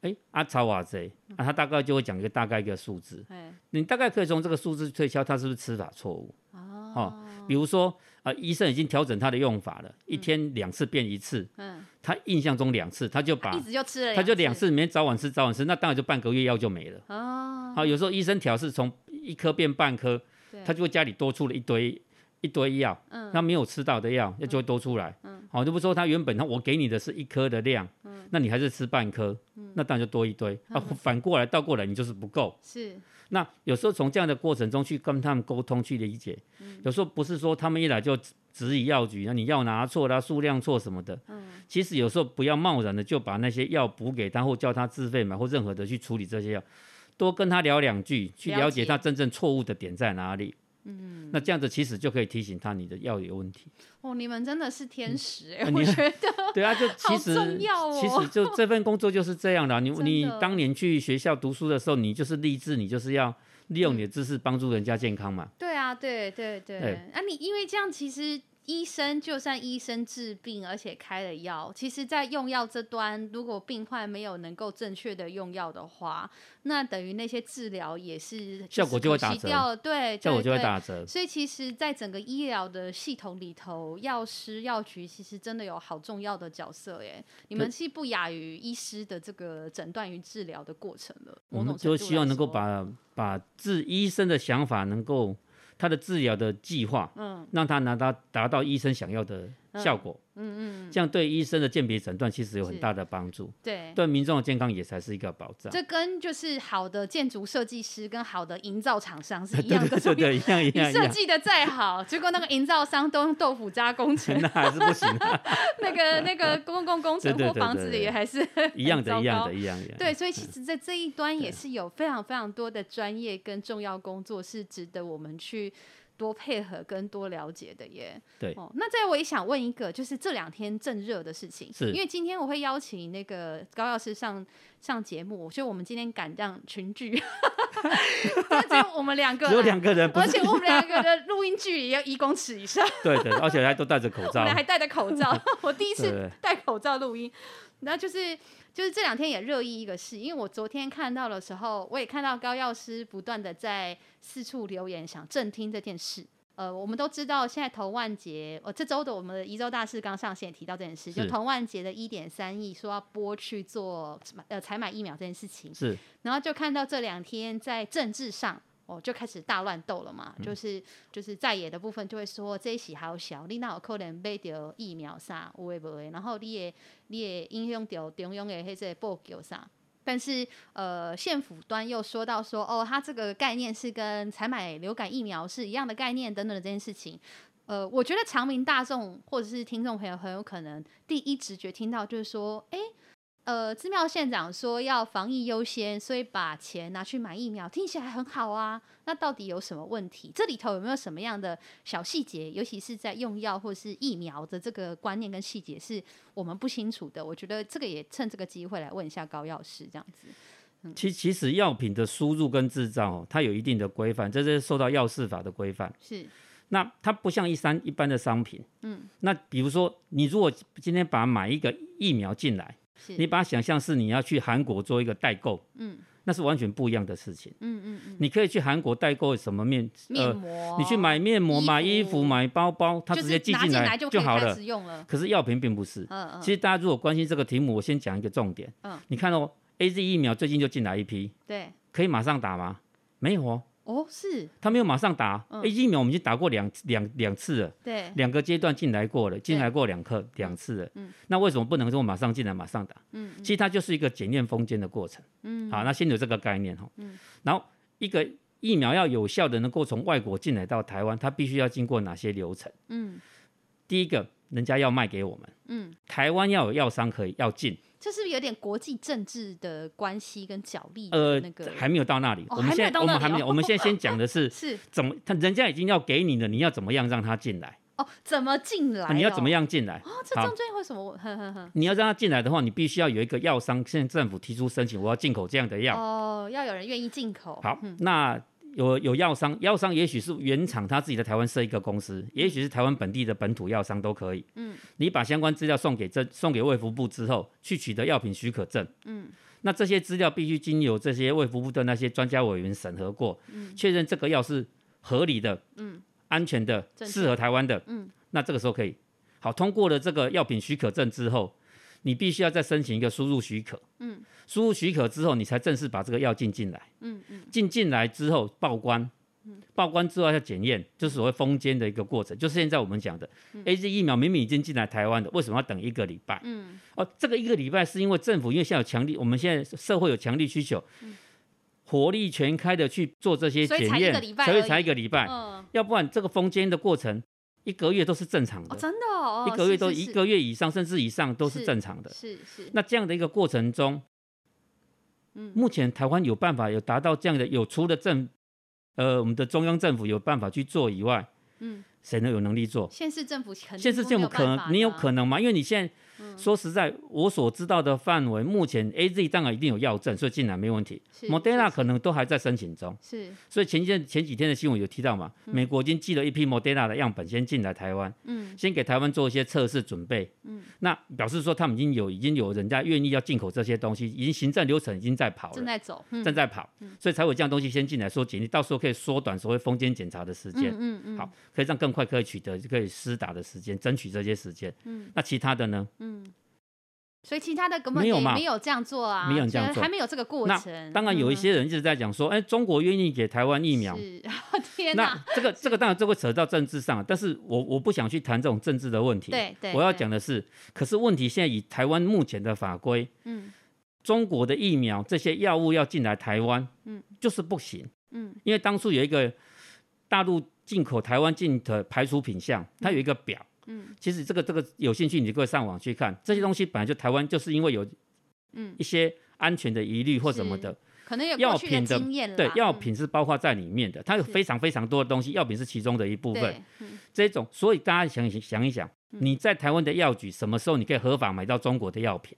B: 哎、啊差偌济，啊他大概就会讲一个大概一个数字。
A: 哎
B: 你大概可以从这个数字推敲他是不是吃法错误。
A: 哦
B: 比如说，啊、医生已经调整他的用法了，一天两次变一次，
A: 嗯，
B: 他印象中两次，他就把
A: 一直就吃了，
B: 啊他就两次，每天早晚吃早晚吃，那当然就半个月药就没了。
A: 啊哦，
B: 好、有时候医生调是从一颗变半颗，
A: 对嗯
B: 他就会家里多出了一堆一堆药，他没有吃到的药，那就会多出来。好、就不说他原本他我给你的是一颗的量，
A: 嗯
B: 那你还是吃半颗，那当然就多一堆。啊，反过来倒过来你就是不够。
A: 是
B: 那有时候从这样的过程中去跟他们沟通去理解，
A: 嗯
B: 有时候不是说他们一来就质质疑药局，那你药拿错啦、数量错什么的。
A: 嗯
B: 其实有时候不要贸然的就把那些药补给他，或叫他自费买，或任何的去处理这些药。多跟他聊两句，去
A: 了
B: 了解
A: 解
B: 他真正错误的点在哪里。嗯，那这样子其实就可以提醒他你的药有问 题。
A: 哦，你们真的是天使哎、
B: 啊
A: 我
B: 你
A: 觉得
B: 对啊，就其
A: 好
B: 实、
A: 重要哦
B: 其实就这份工作就是这样的啊、你
A: 真的
B: 你当年去学校读书的时候，你就是立志，你就是要利用你的知识帮助人家健康嘛。
A: 对啊，对对对。
B: 哎
A: 啊，你因为这样，其实医生就算医生治病，而且开了药，其实在用药这端，如果病患没有能够正确的用药的话，那等于那些治疗也是
B: 效果就会打
A: 可惜
B: 折
A: 掉了对，
B: 效果
A: 对
B: 就会。
A: 对
B: 打折。
A: 所以其实，在整个医疗的系统里头，药师、药局其实真的有好重要的角色耶。你们是不亚于医师的这个诊断与治疗的过程了。
B: 我
A: 某
B: 们
A: 种
B: 就
A: 程度
B: 希
A: 来
B: 望能够
A: 说
B: 把把治医生的想法能够他的治疗的计划，嗯，让他拿到达到医生想要的效果，嗯嗯，这样对医生的鉴别诊断其实有很
A: 是
B: 大的帮助，
A: 对
B: 对民众的健康也才是一个保障。
A: 这跟就是好的建筑设计师跟好的营造厂商是一
B: 对
A: 样的东
B: 对对
A: 西。
B: 对，一样一
A: 你
B: 样一
A: 设
B: 样，
A: 计的再好，结果那个营造商都用豆腐渣工程，
B: 那还是不行啊，
A: 那个那个公共工程
B: 对对
A: 或
B: 对
A: 房
B: 对
A: 子
B: 对
A: 也还是
B: 一样的，
A: 很
B: 一样
A: 糟
B: 的，一样一样。
A: 对，所以其实，在这一端也是有非常非常多的专业跟重要工作是值得我们去多配合跟多了解的耶。
B: 对
A: 哦，那再我也想问一个，就是这两天正热的事情，
B: 是
A: 因为今天我会邀请那个高药师上上节目，所以我们今天敢让群聚， 就只有我们两个
B: 只有
A: 来
B: 两个人，不
A: 而
B: 是
A: 且我们两个的录音距离要一公尺以上，
B: 对对，而且还都戴着口
A: 我
B: 罩
A: 们，还戴着口 罩，我第一
B: 对
A: 次
B: 对
A: 戴口罩录音。然后就是就是这两天也热议一个事，因为我昨天看到的时候，我也看到高药师不断的在四处留言，想正听这件事。呃，我们都知道现在头万节，呃，这周的我们的宜州大事刚上线也提到这件事，就是头万节的一点三亿说要拨去做呃采买疫苗这件事情。
B: 是
A: 然后就看到这两天在政治上，哦，就开始大乱斗了嘛，就是就是在野的部分就会说这一起好小，你那有可能被着疫苗啥，有诶无诶，然后你也你也影响到中央的迄个报告啥。但是，呃，县府端又说到说，哦，它这个概念是跟采买流感疫苗是一样的概念等等的这件事情，呃，我觉得长民大众或者是听众朋友很有可能第一直觉听到就是说，诶，呃，资庙县长说要防疫优先，所以把钱拿去买疫苗，听起来很好啊。那到底有什么问题？这里头有没有什么样的小细节，尤其是在用药或是疫苗的这个观念跟细节，是我们不清楚的？我觉得这个也趁这个机会来问一下高药师，这样子。
B: 其其实药品的输入跟制造哦，它有一定的规范，这是受到药事法的规范。
A: 是
B: 那它不像一三一般的商品，嗯，那比如说你如果今天把买一个疫苗进来，
A: 是，
B: 你把它想象是你要去韩国做一个代购，嗯，那是完全不一样的事情，嗯嗯嗯，你可以去韩国代购什么面，呃
A: 面膜、
B: 你去买面膜、
A: 衣
B: 买衣
A: 服
B: 服、买包包，它
A: 就
B: 直
A: 是
B: 接寄
A: 拿
B: 进
A: 来可以
B: 好
A: 开
B: 了。
A: 始用了。
B: 可是药品并不是，
A: 嗯嗯，
B: 其实大家如果关心这个题目，我先讲一个重点，
A: 嗯，
B: 你看哦，A Z 疫苗最近就进来一批，
A: 对，
B: 可以马上打吗？没有哦，
A: 哦，是
B: 他没有马上打、A
A: 嗯
B: Z 疫苗，我们已经打过两两两次了。
A: 对，
B: 两个阶段进来过了，进来过两课两次了，
A: 嗯
B: 那为什么不能说马上进来马上打？嗯，其实它就是一个检验封监的过程，嗯，好，那先有这个概念哈，嗯，然后一个疫苗要有效的能够从外国进来到台湾，它必须要经过哪些流程？嗯，第一个，人家要卖给我们，嗯，台湾要有药商可以要进，
A: 这是不是有点国际政治的关系跟角力的
B: 呃
A: 那个？，
B: 还没有到那里，
A: 哦
B: 我们
A: 还没有
B: 现在
A: 到
B: 我
A: 那
B: 们
A: 里
B: 还没有，
A: 哦
B: 我们现在先讲的是
A: 是
B: 怎么，他人家已经要给你了，你要怎么样让他进来？
A: 哦，怎么进来、
B: 啊你要怎么
A: 样？
B: 样进来？
A: 哦，这
B: 好
A: 中间为什么我？呵呵呵。
B: 你要让他进来的话，你必须要有一个药商，现在政府提出申请，我要进口这样的药。
A: 哦，要有人愿意进口。
B: 好，那有有药商，药商也许是原厂他自己在台湾设一个公司，也许是台湾本地的本土药商都可以。嗯，你把相关资料送给这送给卫福部之后，去取得药品许可证。嗯，那这些资料必须经由这些卫福部的那些专家委员审核过，确认这个药是合理的，嗯，安全的，
A: 正确
B: 适合台湾的。嗯，那这个时候可以好通过了这个药品许可证之后。你必须要再申请一个输入许可，嗯，输入许可之后，你才正式把这个药进进来。
A: 嗯
B: 进进来之后报关，报关之后要检验，就是所谓封监的一个过程，就是现在我们讲的
A: 嗯
B: A Z 疫苗明明已经进来台湾的，为什么要等一个礼拜？嗯，哦，这个一个礼拜是因为政府因为现在有强力，我们现在社会有强力需求，火力全开的去做这些
A: 嗯所以
B: 检
A: 才一个礼
B: 验，
A: 拜
B: 所以
A: 而
B: 才
A: 已
B: 一个礼拜，
A: 嗯，
B: 要不然这个封监的过程一个月都是正常
A: 哦，
B: 的，
A: 真的哦，
B: 一个月都
A: 是
B: 一个月以上甚至以上都是
A: 是
B: 正常的。
A: 是是是
B: 那这样的一个过程中，嗯，目前台湾有办法有达到这样的有除了政，呃，我们的中央政府有办法去做以外，嗯，谁能有能力做？
A: 县市政府肯定
B: 县市政府可能你有可
A: 能
B: 能吗？因为你现在、
A: 嗯
B: 说实在，我所知道的范围，目前 A Z 当然一定有药证，所以进来没问题。
A: 是
B: Moderna 可能都还在申请中，
A: 是
B: 所以前一阵前几天的新闻有提到嘛，美国已经寄了一批 Moderna 的样本先进来台湾，
A: 嗯，
B: 先给台湾做一些测试准备，嗯，那表示说他们已经有已经有人家愿意要进口这些东西，已经行政流程已经在跑
A: 正
B: 了。
A: 在走，嗯
B: 正在跑，所以才有这样东西先进来说解密，到时候可以缩短所谓封监检查的时间。
A: 嗯嗯，
B: 好，可以让更快可以取得可以施打的时间，争取这些时间。嗯，那其他的呢？
A: 嗯所以其他的根本
B: 没有
A: 也
B: 嘛
A: 没有这样做啊，
B: 没有这样
A: 觉
B: 做
A: 得还没有这个过
B: 那
A: 程。
B: 当然有一些人一直在讲说，哎、中国愿意给台湾疫
A: 疫
B: 苗。
A: 是，哦 天
B: 那
A: 哪，
B: 这个这个当然就会扯到政治上，但是我我不想去谈这种政治的问题。，
A: 对对，
B: 我要
A: 对
B: 讲的是，可是问题现在以台湾目前的法规，
A: 嗯，
B: 中国的疫苗这些药物要进来台湾，
A: 嗯，
B: 就是不行，
A: 嗯，
B: 因为当初有一个大陆进口台湾进的排除品项，它有一个表，
A: 嗯，
B: 其实这个这个有兴趣你就可以上网去看，这些东西本来就台湾就是因为有，
A: 嗯
B: 一些安全的疑虑或什么的，
A: 可能有
B: 药
A: 过去
B: 品的
A: 经验啦，
B: 对，药
A: 嗯
B: 品是包括在里面的，它有
A: 是
B: 非常非常多的东西，药品是其中的一部分，
A: 对，嗯
B: 这种，所以大家想想一想，你在台湾的药局什么时候你可以合法买到中国的药品？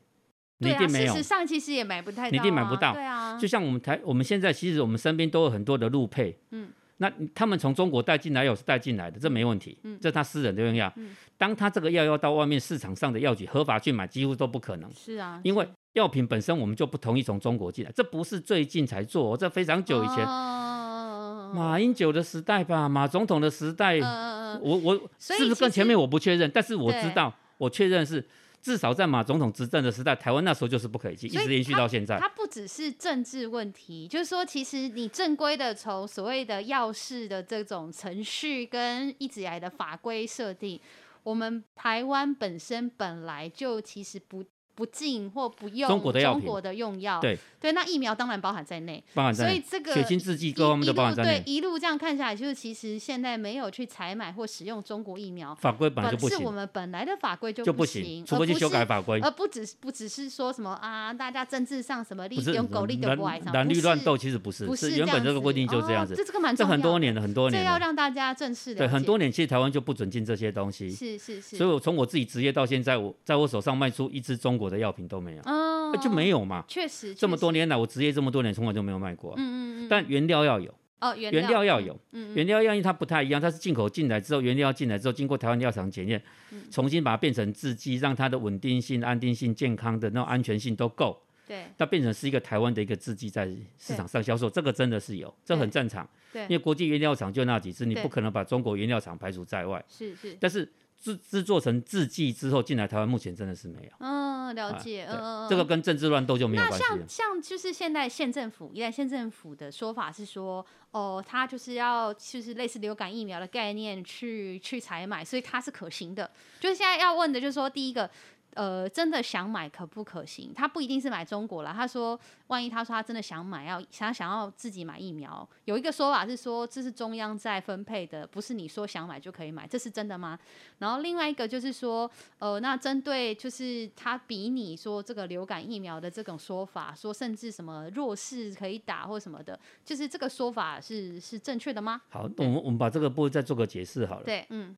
B: 你
A: 对
B: 一
A: 啊
B: 定没有
A: 事实。上其实也买不太到啊，
B: 你一定买不到
A: 对啊，
B: 就像我们台，我们现在其实我们身边都有很多的路配，
A: 嗯，
B: 那你他们从中国带进来有是带进来的，这没问题，
A: 嗯
B: 这是他私人的用药。
A: 嗯
B: 当他这个药要到外面市场上的药局合法去买，几乎都不可能，
A: 是啊，
B: 因为药品本身我们就不同意从中国进来，这不是最近才做、哦，这非常久以前，
A: 哦
B: 马英九的时代吧，马总统的时代，
A: 嗯嗯嗯，
B: 我我
A: 所以
B: 是不是
A: 其
B: 更前
A: 实
B: 面我不确认，但是我知
A: 对
B: 道，我确认是至少在马总统执政的时代，台湾那时候就是不可以进，一
A: 所以
B: 直延续
A: 他
B: 到现在。
A: 它不只是政治问题，就是说，其实你正规的从所谓的药事的这种程序跟一直以来的法规设定，我们台湾本身本来就其实不。不进或不用
B: 中国的药品
A: 国的用药，
B: 对
A: 那疫苗当然包含在内，
B: 包含在
A: 所以
B: 内，
A: 这个
B: 血清制剂
A: 一
B: 各方面
A: 一
B: 都包含
A: 路
B: 在
A: 对
B: 内，
A: 一路这样看下来，就是其实现在没有去采买或使用中国疫苗，
B: 法规本来就不
A: 是我
B: 行，
A: 们本来的法规就
B: 就
A: 不
B: 行，
A: 而
B: 除非去
A: 不
B: 修
A: 是呃
B: 改法规，
A: 而不只是不只是说什么啊，大家政治上什么立
B: 不是
A: 丢狗立丢
B: 蓝
A: 不爱上，
B: 蓝
A: 不
B: 绿
A: 是
B: 乱，斗，其实不是
A: 不，
B: 是原本
A: 这
B: 这
A: 样
B: 个规定就这样
A: 子，哦，
B: 子
A: 这这个蛮
B: 这
A: 重
B: 很
A: 要
B: 多
A: 的，
B: 年了，很多
A: 这
B: 年
A: 要
B: 了，
A: 让大家正式了
B: 对，很
A: 解
B: 多年其实台湾就不准进这些东西，
A: 是是是，
B: 所以我从我自己职业到现在，我在我手上卖出一支中国的药品都没有，
A: 嗯
B: 哎就没有嘛，
A: 确实
B: 这么
A: 确
B: 多
A: 实
B: 年来我职业这么多年从来就没有卖过啊，
A: 嗯嗯嗯，
B: 但原料要有。
A: 哦原
B: 原料要有，
A: 嗯嗯
B: 原料药因为它不太一样，它是进口进来之后，原料进来之后，经过台湾药厂检验，
A: 嗯
B: 重新把它变成制剂，让它的稳定性、安定性、健康的那种安全性都够，
A: 对
B: 那变成是一个台湾的一个制剂在市场上销售，这个真的是有，这很正常，
A: 对
B: 因为国际原料厂就那几支，你
A: 对
B: 不可能把中国原料厂排除在外，
A: 是是。
B: 但是制制作成制剂之后进来台湾，目前真的是没有。
A: 嗯，了
B: 啊
A: 解，
B: 对
A: 嗯嗯，嗯
B: 这个跟政治乱斗就没有
A: 那
B: 关系了
A: 像。像就是现在县政府，宜兰县政府的说法是说，哦，它就是要就是类似流感疫苗的概念去去采买，所以它是可行的。就是现在要问的就是说，第一个。呃，真的想买可不可行？他不一定是买中国啦。他说，万一他说他真的想买，要想想要自己买疫苗，有一个说法是说这是中央在分配的，不是你说想买就可以买，这是真的吗？然后另外一个就是说，呃，那针对就是他比你说这个流感疫苗的这种说法，说甚至什么弱势可以打或什么的，就是这个说法是是正确的吗？
B: 好，我们我们把这个部分再做个解释好了。
A: 对，嗯，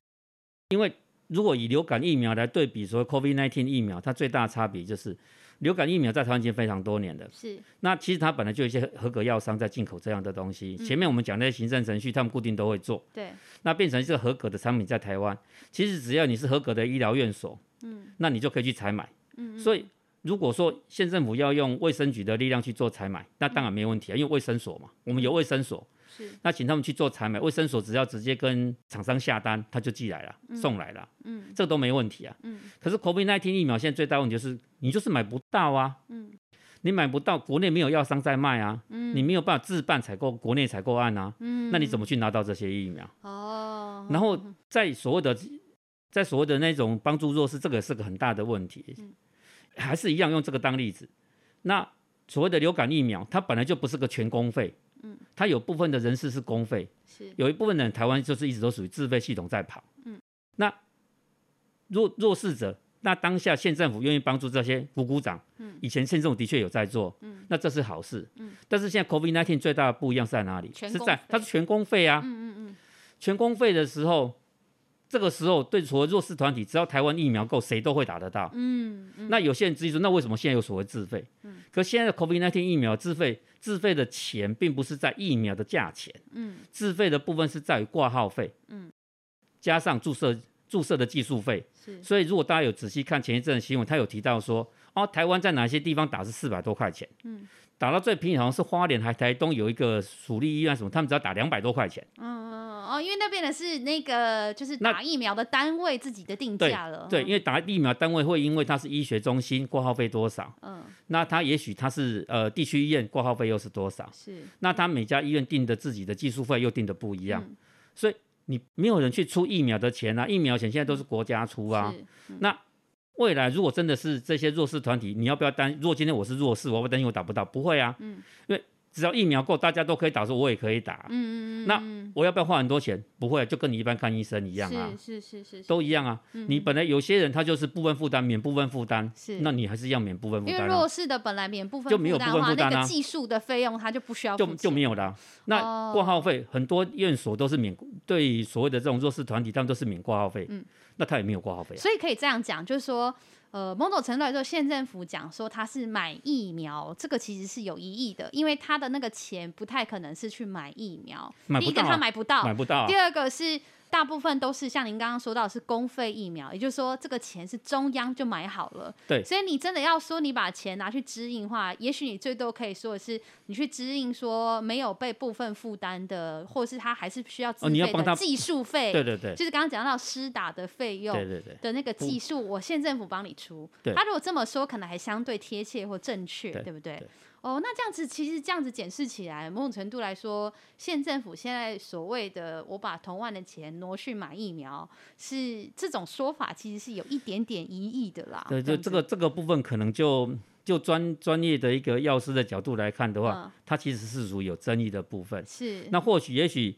B: 因为如果以流感疫苗来对比说 COVID-19 疫苗，它最大的差别就是流感疫苗在台湾已经非常多年了。
A: 是
B: 那其实它本来就有一些合格药商在进口这样的东西。
A: 嗯
B: 前面我们讲那些行政程序，他们固定都会做。
A: 对，
B: 那变成一个合格的产品在台湾，其实只要你是合格的医疗院所，
A: 嗯，
B: 那你就可以去采买。
A: 嗯
B: 所以如果说县政府要用卫生局的力量去做采买，那当然没问题啊，因为卫生所嘛，我们有卫生所，
A: 是
B: 那请他们去做采买，卫生所只要直接跟厂商下单，他就寄来了，送来了，
A: 嗯，
B: 这个都没问题啊。
A: 嗯，
B: 可是 COVID-19 疫苗现在最大问题就是你就是买不到啊，嗯，你买不到，国内没有药商在卖啊，嗯，你没有办法自办采购，国内采购案啊，嗯，那你怎么去拿到这些疫苗？
A: 哦，
B: 然后在所谓的在所谓的那种帮助弱势，这个是个很大的问题，还是一样用这个当例子。那所谓的流感疫苗，它本来就不是个全公费，嗯，它有部分的人士是公费，
A: 是
B: 有一部分人台湾就是一直都属于自费系统在跑。嗯，那弱弱势者，那当下县政府愿意帮助这些鼓鼓掌，嗯，以前线送的确有在做，嗯，那这是好事，嗯，但是现在 COVID nineteen 最大的不一样是在哪里？
A: 全
B: 是
A: 公
B: 在
A: 费
B: 它是全公费啊，嗯嗯嗯，全公费的时候，这个时候对所谓弱势团体，只要台湾疫苗够，谁都会打得到，嗯，那有些人质疑说，那为什么现在有所谓自费？嗯，可现在的 COVID nineteen 疫苗自费自费的钱，并不是在疫苗的价钱，嗯，自费的部分是在于挂号费，嗯，加上注射注射的技术费，
A: 是嗯
B: 所以如果大家有仔细看前一阵的新闻，他有提到说，哦，台湾在哪些地方打是四百多块钱，嗯，打到最便宜好像是花莲还台东有一个属立医院什么，他们只要打两百多块钱，
A: 嗯哦，因为那边的是那个就是
B: 那
A: 打疫苗的单位自己的定
B: 对
A: 价了，嗯
B: 对，因为打疫苗单位会因为它是医学中心挂号费多少，
A: 嗯，
B: 那它也许它是呃地区医院挂号费又是多少，
A: 是
B: 那它每家医院定的自己的技术费又定的不一样，所以你没有人去出疫苗的钱啊，疫苗钱现在都是国家出啊，
A: 是
B: 未来如果真的是这些弱势团体，你要不要担？如果今天我是弱势，我会不会担心我打不到？不会啊，因为只要疫苗够，大家都可以打，说我也可以打。嗯嗯嗯。那我要不要花很多钱？不会，就跟你一般看医生一样啊，
A: 是是是是，
B: 都一样啊。你本来有些人他就是部分负担，免部分负担，
A: 嗯是
B: 那你还是要免部分负
A: 因为
B: 担、啊，
A: 弱势的本来免部分
B: 就没有
A: 负担的
B: 部分
A: 话，
B: 负
A: 那
B: 担
A: 个
B: 啊
A: 技术的费用他就不需要
B: 就
A: 付
B: 就
A: 钱哦
B: 没有啦。那挂号费很多院所都是免，对所谓的这种弱势团体，他们都是免挂号费。
A: 嗯
B: 那他也没有挂号费啊。
A: 所以可以这样讲，就是说，呃，某种程度来说，县政府讲说他是买疫苗，这个其实是有疑义的，因为他的那个钱不太可能是去买疫苗。
B: 买
A: 第
B: 不
A: 一个
B: 到啊
A: 他买不到，
B: 买不到、啊
A: 第，二个是大部分都是像您刚刚说到是公费疫苗，也就是说这个钱是中央就买好了。
B: 对
A: 所以你真的要说你把钱拿去支应的话，也许你最多可以说的是你去支应说没有被部分负担的，或者是他还是需要自
B: 哦你要
A: 费
B: 帮
A: 的
B: 他
A: 技术费。
B: 对对对，
A: 就是刚刚讲到施打的费用，
B: 对对对。
A: 的那个技术，我县政府帮你出。
B: 对
A: 他如果这么说，可能还相对贴切或正确，
B: 对
A: 不对
B: 对？
A: 哦，那这样子其实这样子检视起来，某种程度来说，县政府现在所谓的我把同万的钱挪去买疫苗，是这种说法其实是有一点点疑义的啦。
B: 对，就
A: 样子
B: 这个这个部分，可能就就专专业的一个药师的角度来看的话，
A: 嗯
B: 它其实是属于有争议的部分。
A: 是
B: 那或许也许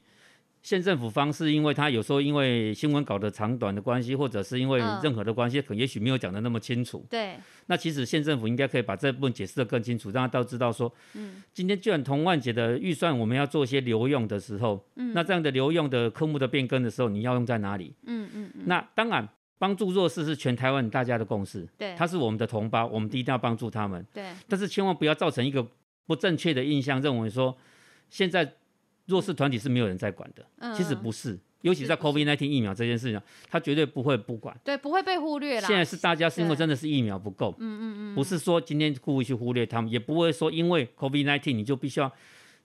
B: 县政府方是因为他有时候因为新闻稿的长短的关系，或者是因为
A: 嗯
B: 任何的关系，可也许没有讲的那么清楚。
A: 对
B: 那其实县政府应该可以把这部分解释的更清楚，让大家都知道说，嗯，今天既然同万节的预算我们要做一些留用的时候，嗯，那这样的留用的科目的变更的时候，你要用在哪里？嗯嗯嗯。那当然，帮助弱势是全台湾大家的共识，
A: 对
B: 他是我们的同胞，我们一定要帮助他们，
A: 对，
B: 但是千万不要造成一个不正确的印象，认为说现在弱势团体是没有人在管的，
A: 嗯，
B: 其实
A: 嗯
B: 不是，尤其
A: 是
B: 在
A: 不
B: COVID-19 疫苗这件事情，他绝对不会不管。
A: 对，不会被忽略啦。
B: 现在是大家是因为
A: 对
B: 真的是疫苗不够，嗯嗯嗯，不是说今天故意去忽略他们，也不会说因为 COVID nineteen 你就必须要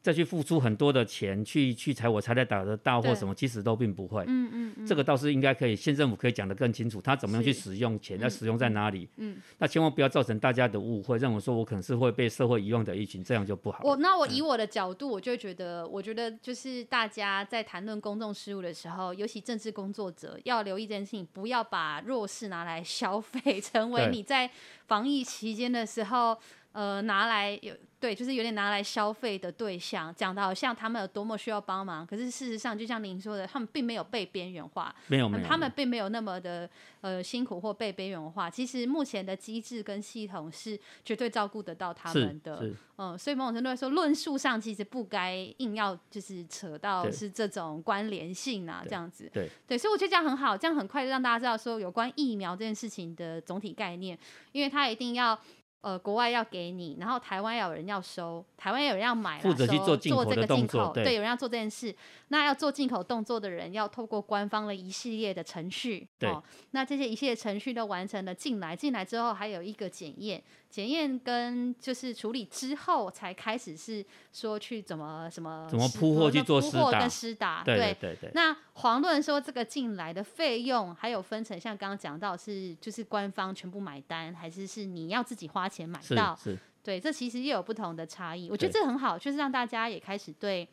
B: 再去付出很多的钱去去才我才来打得到
A: 对
B: 或什么，其实都并不会，嗯嗯这个倒是应该可以，县政府可以讲得更清楚，他怎么样去
A: 是嗯
B: 使用钱，要使用在哪里，嗯，那千万不要造成大家的误会，认为说我可能是会被社会遗忘的一群，这样就不好
A: 我
B: 了。嗯
A: 那我以我的角度，我就会觉得，我觉得就是大家在谈论公众事务的时候，尤其政治工作者要留意这件事情，不要把弱势拿来 消费，成为
B: 对
A: 你在防疫期间的时候，呃，拿来有对，就是有点拿来消费的对象。讲的好像他们有多么需要帮忙，可是事实上，就像您说的，他们并没有被边缘化，
B: 没哦有没
A: 嗯
B: 有，
A: 他们并没有那么的呃辛苦或被边缘化。其实目前的机制跟系统是绝对照顾得到他
B: 是
A: 们的。
B: 是
A: 嗯，所以某种程度来说，论述上其实不该硬要就是扯到
B: 对
A: 是这种关联性啊，这样子。
B: 对
A: 对，所以我觉得这样很好，这样很快就让大家知道说有关疫苗这件事情的总体概念，因为它一定要。呃，国外要给你，然后台湾要有人要收，台湾有人要买啦，
B: 负责去
A: 收
B: 做进口
A: 这
B: 的
A: 个进
B: 动作
A: 口，
B: 对
A: 有人要做这件事。那要做进口动作的人，要透过官方的一系列的程序，
B: 对
A: 哦，那这些一系列程序都完成了，进来，进来之后还有一个检验，检验跟就是处理之后，才开始是说去怎么什么
B: 怎么
A: 施
B: 铺货
A: 怎么
B: 去做
A: 铺
B: 施
A: 货
B: 打
A: 跟施打，
B: 对对对对，
A: 那黄论说这个进来的费用还有分成，像刚刚讲到是就是官方全部买单，还是是你要自己花钱买
B: 是
A: 到？
B: 是
A: 对，这其实也有不同的差异。我觉得
B: 对
A: 这很好，就是让大家也开始对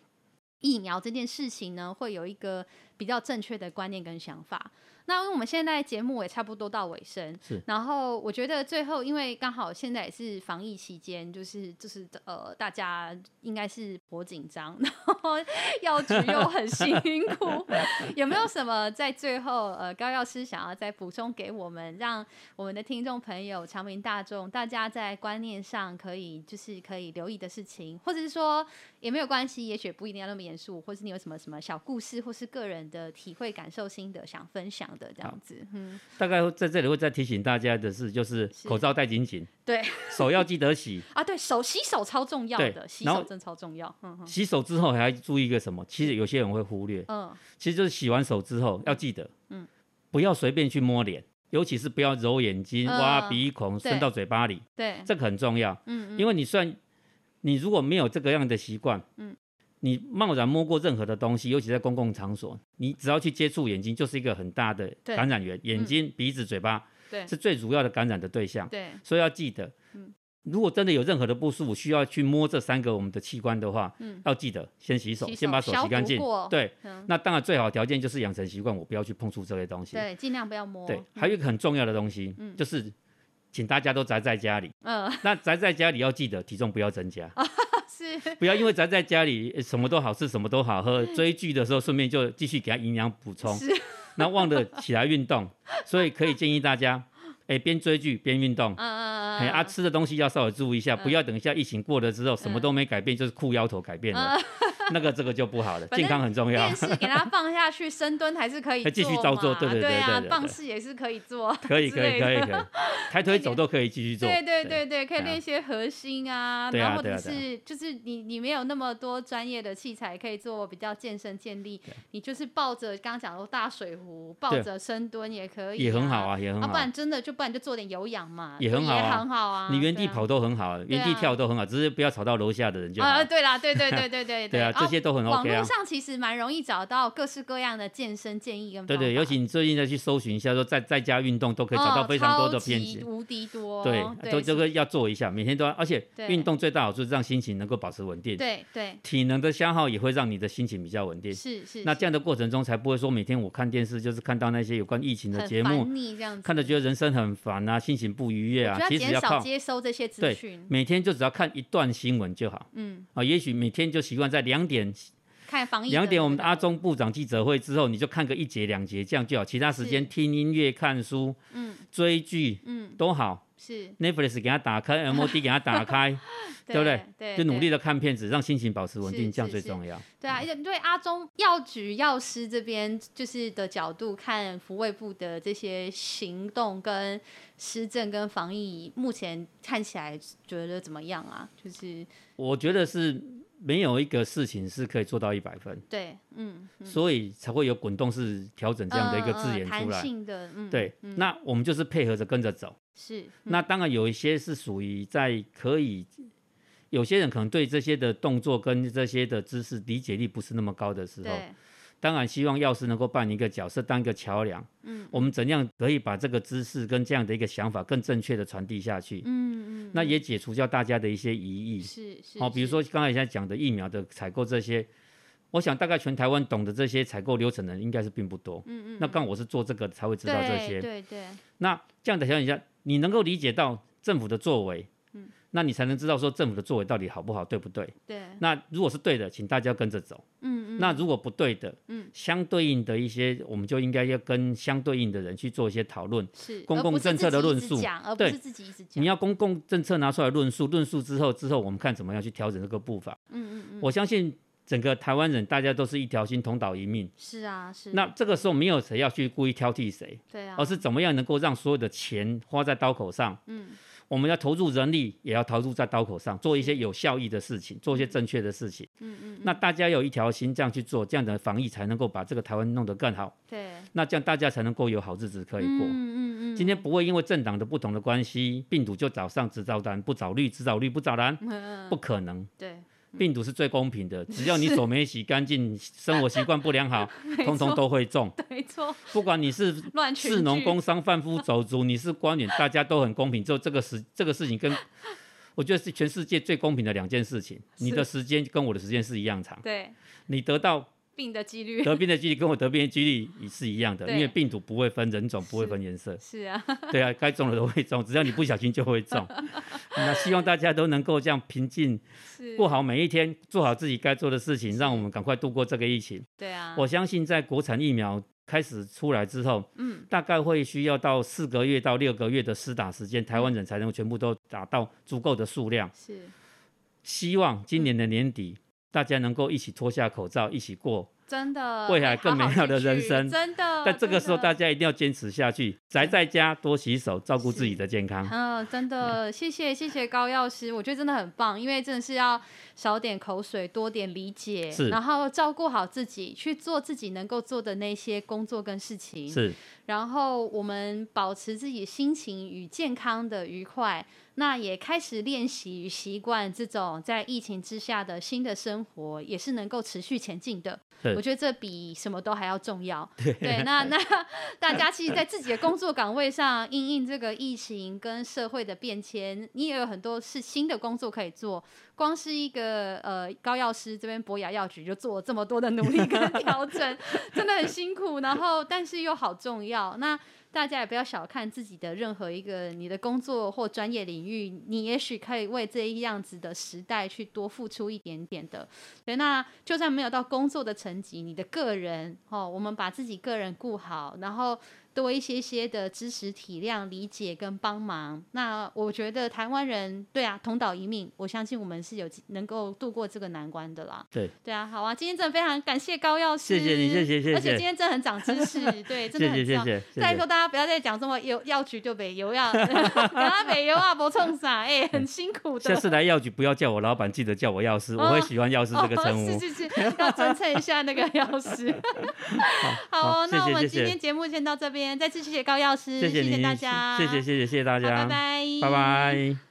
A: 疫苗这件事情呢，会有一个比较正确的观念跟想法。那因为我们现在节目也差不多到尾声，
B: 是。
A: 然后我觉得最后，因为刚好现在也是防疫期间，就是就是呃，大家应该是颇紧张， 然后药局又很辛苦， 有没有什么在最后呃，高药师想要再补充给我们，让我们的听众朋友、长民大众，大家在观念上可以就是可以留意的事情，或者是说也没有关系，也许不一定要那么严肃，或是你有什么什么小故事，或是个人的体会、感受、心得想分享的这样子，嗯，
B: 大概在这里会再提醒大家的是，就是
A: 是
B: 口罩戴紧紧，
A: 对
B: 手要记得洗，
A: 啊，对手洗手超重要
B: 对
A: 的，洗
B: 然后
A: 手真超重要，嗯
B: 洗手之后还要注意一个什么？其实有些人会忽略，
A: 嗯
B: 其实就是洗完手之后要记得，不要随便去摸脸，尤其是不要揉眼睛、
A: 嗯
B: 挖鼻孔、
A: 对
B: 伸到嘴巴里，
A: 对，
B: 这个很重要。嗯因为你算你如果没有这个样的习惯，
A: 嗯
B: 你贸然摸过任何的东西，尤其在公共场所，你只要去接触眼睛，就是一个很大的
A: 对嗯
B: 感染源。眼睛、鼻子、嘴巴
A: 对
B: 是最主要的感染的对象，
A: 对
B: 所以要记得。
A: 嗯
B: 如果真的有任何的不舒服，需要去摸这三个我们的器官的话，要记得先洗
A: 嗯
B: 手，
A: 洗
B: 先把手洗干净
A: 消毒。过
B: 对，
A: 嗯
B: 那当然最好的条件就是养成习惯，我不要去碰触这类东西。
A: 对，尽量不要摸，
B: 对，还有一个很重要的东西，就是请大家都宅在家里。
A: 嗯，
B: 那宅在家里要记得体重不要增加，
A: 哦是嗯
B: 不要因为宅在家里呃什么都好吃，什么都 好喝，追剧的时候顺便就继续给他营养补充
A: 是，
B: 那忘了起来运动，所以可以建议大家，哎，边追剧边运动。
A: 嗯
B: 哎啊，吃的东西要稍微注意一下，不要等一下疫情过了之后什么都没改变，就是裤腰头改变了， 那个这个就不好了，
A: 嗯 反
B: 健康
A: 正
B: 很重要
A: 电。视给它放下去，深蹲还是可以
B: 还啊继续
A: 做
B: 照做
A: 嘛
B: 对对对对
A: 啊
B: 对，对
A: 棒式也是可以做，
B: 可以
A: 之
B: 可
A: 类
B: 以可以
A: 的
B: 可 以，抬腿走都可以继续做。
A: 对对对对，可以
B: 对啊
A: 练一些核心啊，
B: 对
A: 然
B: 啊
A: 后或
B: 对
A: 者
B: 啊对啊
A: 是就是你你没有那么多专业的器材可以做比较健身健力，你就是抱着刚刚讲的大水壶，抱
B: 对
A: 着深蹲也可以，
B: 也很好。啊，也很
A: 啊，
B: 好
A: 不。然真的就不然就做点有氧嘛，
B: 也很好
A: 也
B: 啊
A: 很好啊。
B: 你原地
A: 对啊
B: 跑都很好，原地
A: 对啊
B: 跳都很好，只是不要吵到楼下的人就好
A: 啊，
B: 了。
A: 对啦，对对 对对对哦
B: 对啊，这些都很
A: 网
B: OK
A: 络
B: 啊。
A: 上其实蛮容易找到各式各样的健身建议跟
B: 对对，
A: 方
B: 尤
A: 法
B: 其你最近再去搜寻一下，说在在家运动都可以找
A: 哦
B: 到非常多的
A: 超
B: 片
A: 级
B: 子。
A: 无敌多，
B: 对，都
A: 对
B: 这个要做一下，每天都要，而且
A: 对
B: 运动最大好处是让心情能够保持稳定，
A: 对对
B: 体能的消耗也会让你的心情比较稳定。
A: 是是，
B: 那
A: 是
B: 这样的过程中才不会说每天我看电视就是看到那些有关疫情的
A: 很
B: 节
A: 烦
B: 目，
A: 腻这样子，
B: 看着觉得人生很烦啊，心情不愉悦
A: 我
B: 啊
A: 觉。得要减
B: 其实要
A: 少
B: 靠
A: 接收这些资
B: 对
A: 讯，
B: 每天就只要看一段新闻就好
A: 嗯，
B: 啊，也许每天就习惯在两点
A: 看防疫的
B: 两点我们
A: 那
B: 的
A: 个
B: 阿中部长记者会之后，你就看个一节两节这样就好，其他时
A: 是
B: 间听音乐、看书、
A: 嗯
B: 追剧
A: 嗯
B: 都好
A: 是，
B: ，Netflix 给他 打开，MOD 给他打开，
A: 对
B: 不
A: 对
B: 对？
A: 对
B: 就努力的看片子，让心情保持稳定，
A: 是
B: 这样
A: 是
B: 最
A: 是
B: 重要。
A: 对啊，而且对阿中药局药师这边就是的角度看福卫部的这些行动跟施政跟防疫，目前看起来觉得怎么样啊？就是
B: 我觉得是没有一个事情是可以做到一百分，
A: 对，嗯，
B: 所以才会有滚动式调整这样的一个字
A: 嗯嗯
B: 眼出
A: 弹
B: 来。
A: 性的，嗯，
B: 对，那我们就是配合着跟着走。
A: 是，嗯
B: 那当然有一些是属于在可以，有些人可能对这些的动作跟这些的知识理解力不是那么高的时候，
A: 对
B: 当然希望药师能够扮演一个角色，当一个桥梁。嗯，我们怎样可以把这个知识跟这样的一个想法更正确的传递下去？嗯嗯，那也解除掉大家的一些疑义。
A: 是是，
B: 好、比如
A: 是
B: 说刚才现在讲的疫苗的采购这些，我想大概全台湾懂得这些采购流程的人应该是并不多。嗯嗯那刚好我是做这个才会知道这
A: 对
B: 些。
A: 对对，
B: 那这样的条件下，你能够理解到政府的作为，那你才能知道说政府的作为到底好不好，对不嗯对？
A: 对，
B: 那如果是对的，请大家跟着走，嗯嗯。那如果不对的，嗯，相对应的一些，我们就应该要跟相对应的人去做一些讨论。
A: 是
B: 公
A: 而
B: 共
A: 不是
B: 政
A: 自
B: 策的
A: 己一
B: 论
A: 直
B: 述
A: 讲而不
B: 对
A: 是自己一直讲
B: 你，要公共政策拿出来论述，论述之后，之后我们看怎么样去调整这个步伐。嗯嗯嗯。我相信整个台湾人大家都是一条心，同岛一命。
A: 是啊是，
B: 那哦这个时候没有谁要去故意挑剔谁，
A: 对啊
B: 而，是怎么样能够让所有的钱花在刀口上。嗯，我们要投入人力，也要投入在刀口上，做一些有效益的事情，做一些正确的事情。嗯嗯那大家有一条心这样去做，这样的防疫才能够把这个台湾弄得更好。
A: 对，
B: 那这样大家才能够有好日子可以过。
A: 嗯嗯嗯，
B: 今天不会因为政党的不同的关系，病毒就早上只找蓝不找绿，只找绿不找
A: 嗯
B: 蓝，不可能。
A: 对，
B: 病毒是最公平的，只要你手没洗干净，生活习惯不 良好， 通通
A: 错
B: 都会中。
A: 没错，
B: 不管你是
A: 乱群
B: 士农
A: 聚
B: 工商贩夫走卒，你是官员，大家都很公平。就这个事，这个事情跟我觉得是全世界最公平的两件事情。你的时间跟我的时间是一样长，
A: 对
B: 你得到
A: 病的几率。
B: 得病的几率跟我得病的几率也是一样 的，
A: 对
B: 因为病毒不会分人种，不会
A: 是
B: 分颜色。
A: 是啊，
B: 对啊，该中的都会中，只要你不小心就会中。那希望大家都能够这样平静
A: 是，
B: 过好每一天，做好自己该做的事情，让我们赶快度过这个疫情。
A: 对啊，
B: 我相信在国产疫苗开始出来之后，嗯，大概会需要到四个月到六个月的施打时间，台湾人才能全部都打到足够的数量。
A: 是
B: 希望今年的
A: 嗯
B: 年底，大家能够一起脱下口罩，一起过。
A: 真的
B: 未来
A: 哎
B: 更
A: 好好
B: 美好
A: 继
B: 的人
A: 续
B: 生
A: 真的。
B: 但这个
A: 真
B: 时候，
A: 的
B: 大家一定要坚持下去，宅在家多洗手，照顾自己
A: 是
B: 的健康。
A: 嗯，真的，谢谢谢谢高药师，我觉得真的很棒，因为真的是要少点口水，多点理解，
B: 是
A: 然后照顾好自己，去做自己能够做的那些工作跟事情，
B: 是，
A: 然后我们保持自己心情与健康的愉快，那也开始练习与习惯这种在疫情之下的新的生活，也是能够持续前进的
B: 对。
A: 我觉得这比什么都还要重要。对，那那大家其实，在自己的工作岗位上，因应这个疫情跟社会的变迁，你也有很多是新的工作可以做。光是一个呃高药师这边博雅药局就做了这么多的努力跟 调整，真的很辛苦。然后，但是又好重要。那大家也不要小看自己的任何一个你的工作或专业领域，你也许可以为这样子的时代去多付出一点点的。对，那就算没有到工作的层级，你的个人哦，我们把自己个人顾好，然后多一些些的支持、体谅、理解跟帮忙。那我觉得台湾人对啊，同岛一命，我相信我们是有能够度过这个难关的啦。
B: 对，
A: 对啊，好啊，今天真的非常感谢高药师，
B: 谢谢你谢谢谢
A: 而且
B: 谢
A: 今天真的很长知识，对，真的
B: 谢
A: 很
B: 谢谢
A: 棒
B: 谢谢
A: 再说
B: 谢。
A: 大家不要再讲这么有药局就北油 啊，拿北油啊不冲啥，
B: 嗯
A: 哎、很辛苦的。
B: 下次来药局不要叫我老板，记得叫我药师，我会喜欢药师这个称呼。
A: 哦哦、是是是，要尊称一下那个药师。好
B: 好
A: 哦，那我
B: 谢谢
A: 们
B: 谢
A: 今
B: 谢
A: 天节目先到这边，再次谢谢高药师，
B: 谢谢你，
A: 大家，
B: 谢谢谢谢谢谢大
A: 好
B: 家，
A: 拜拜，
B: 拜拜。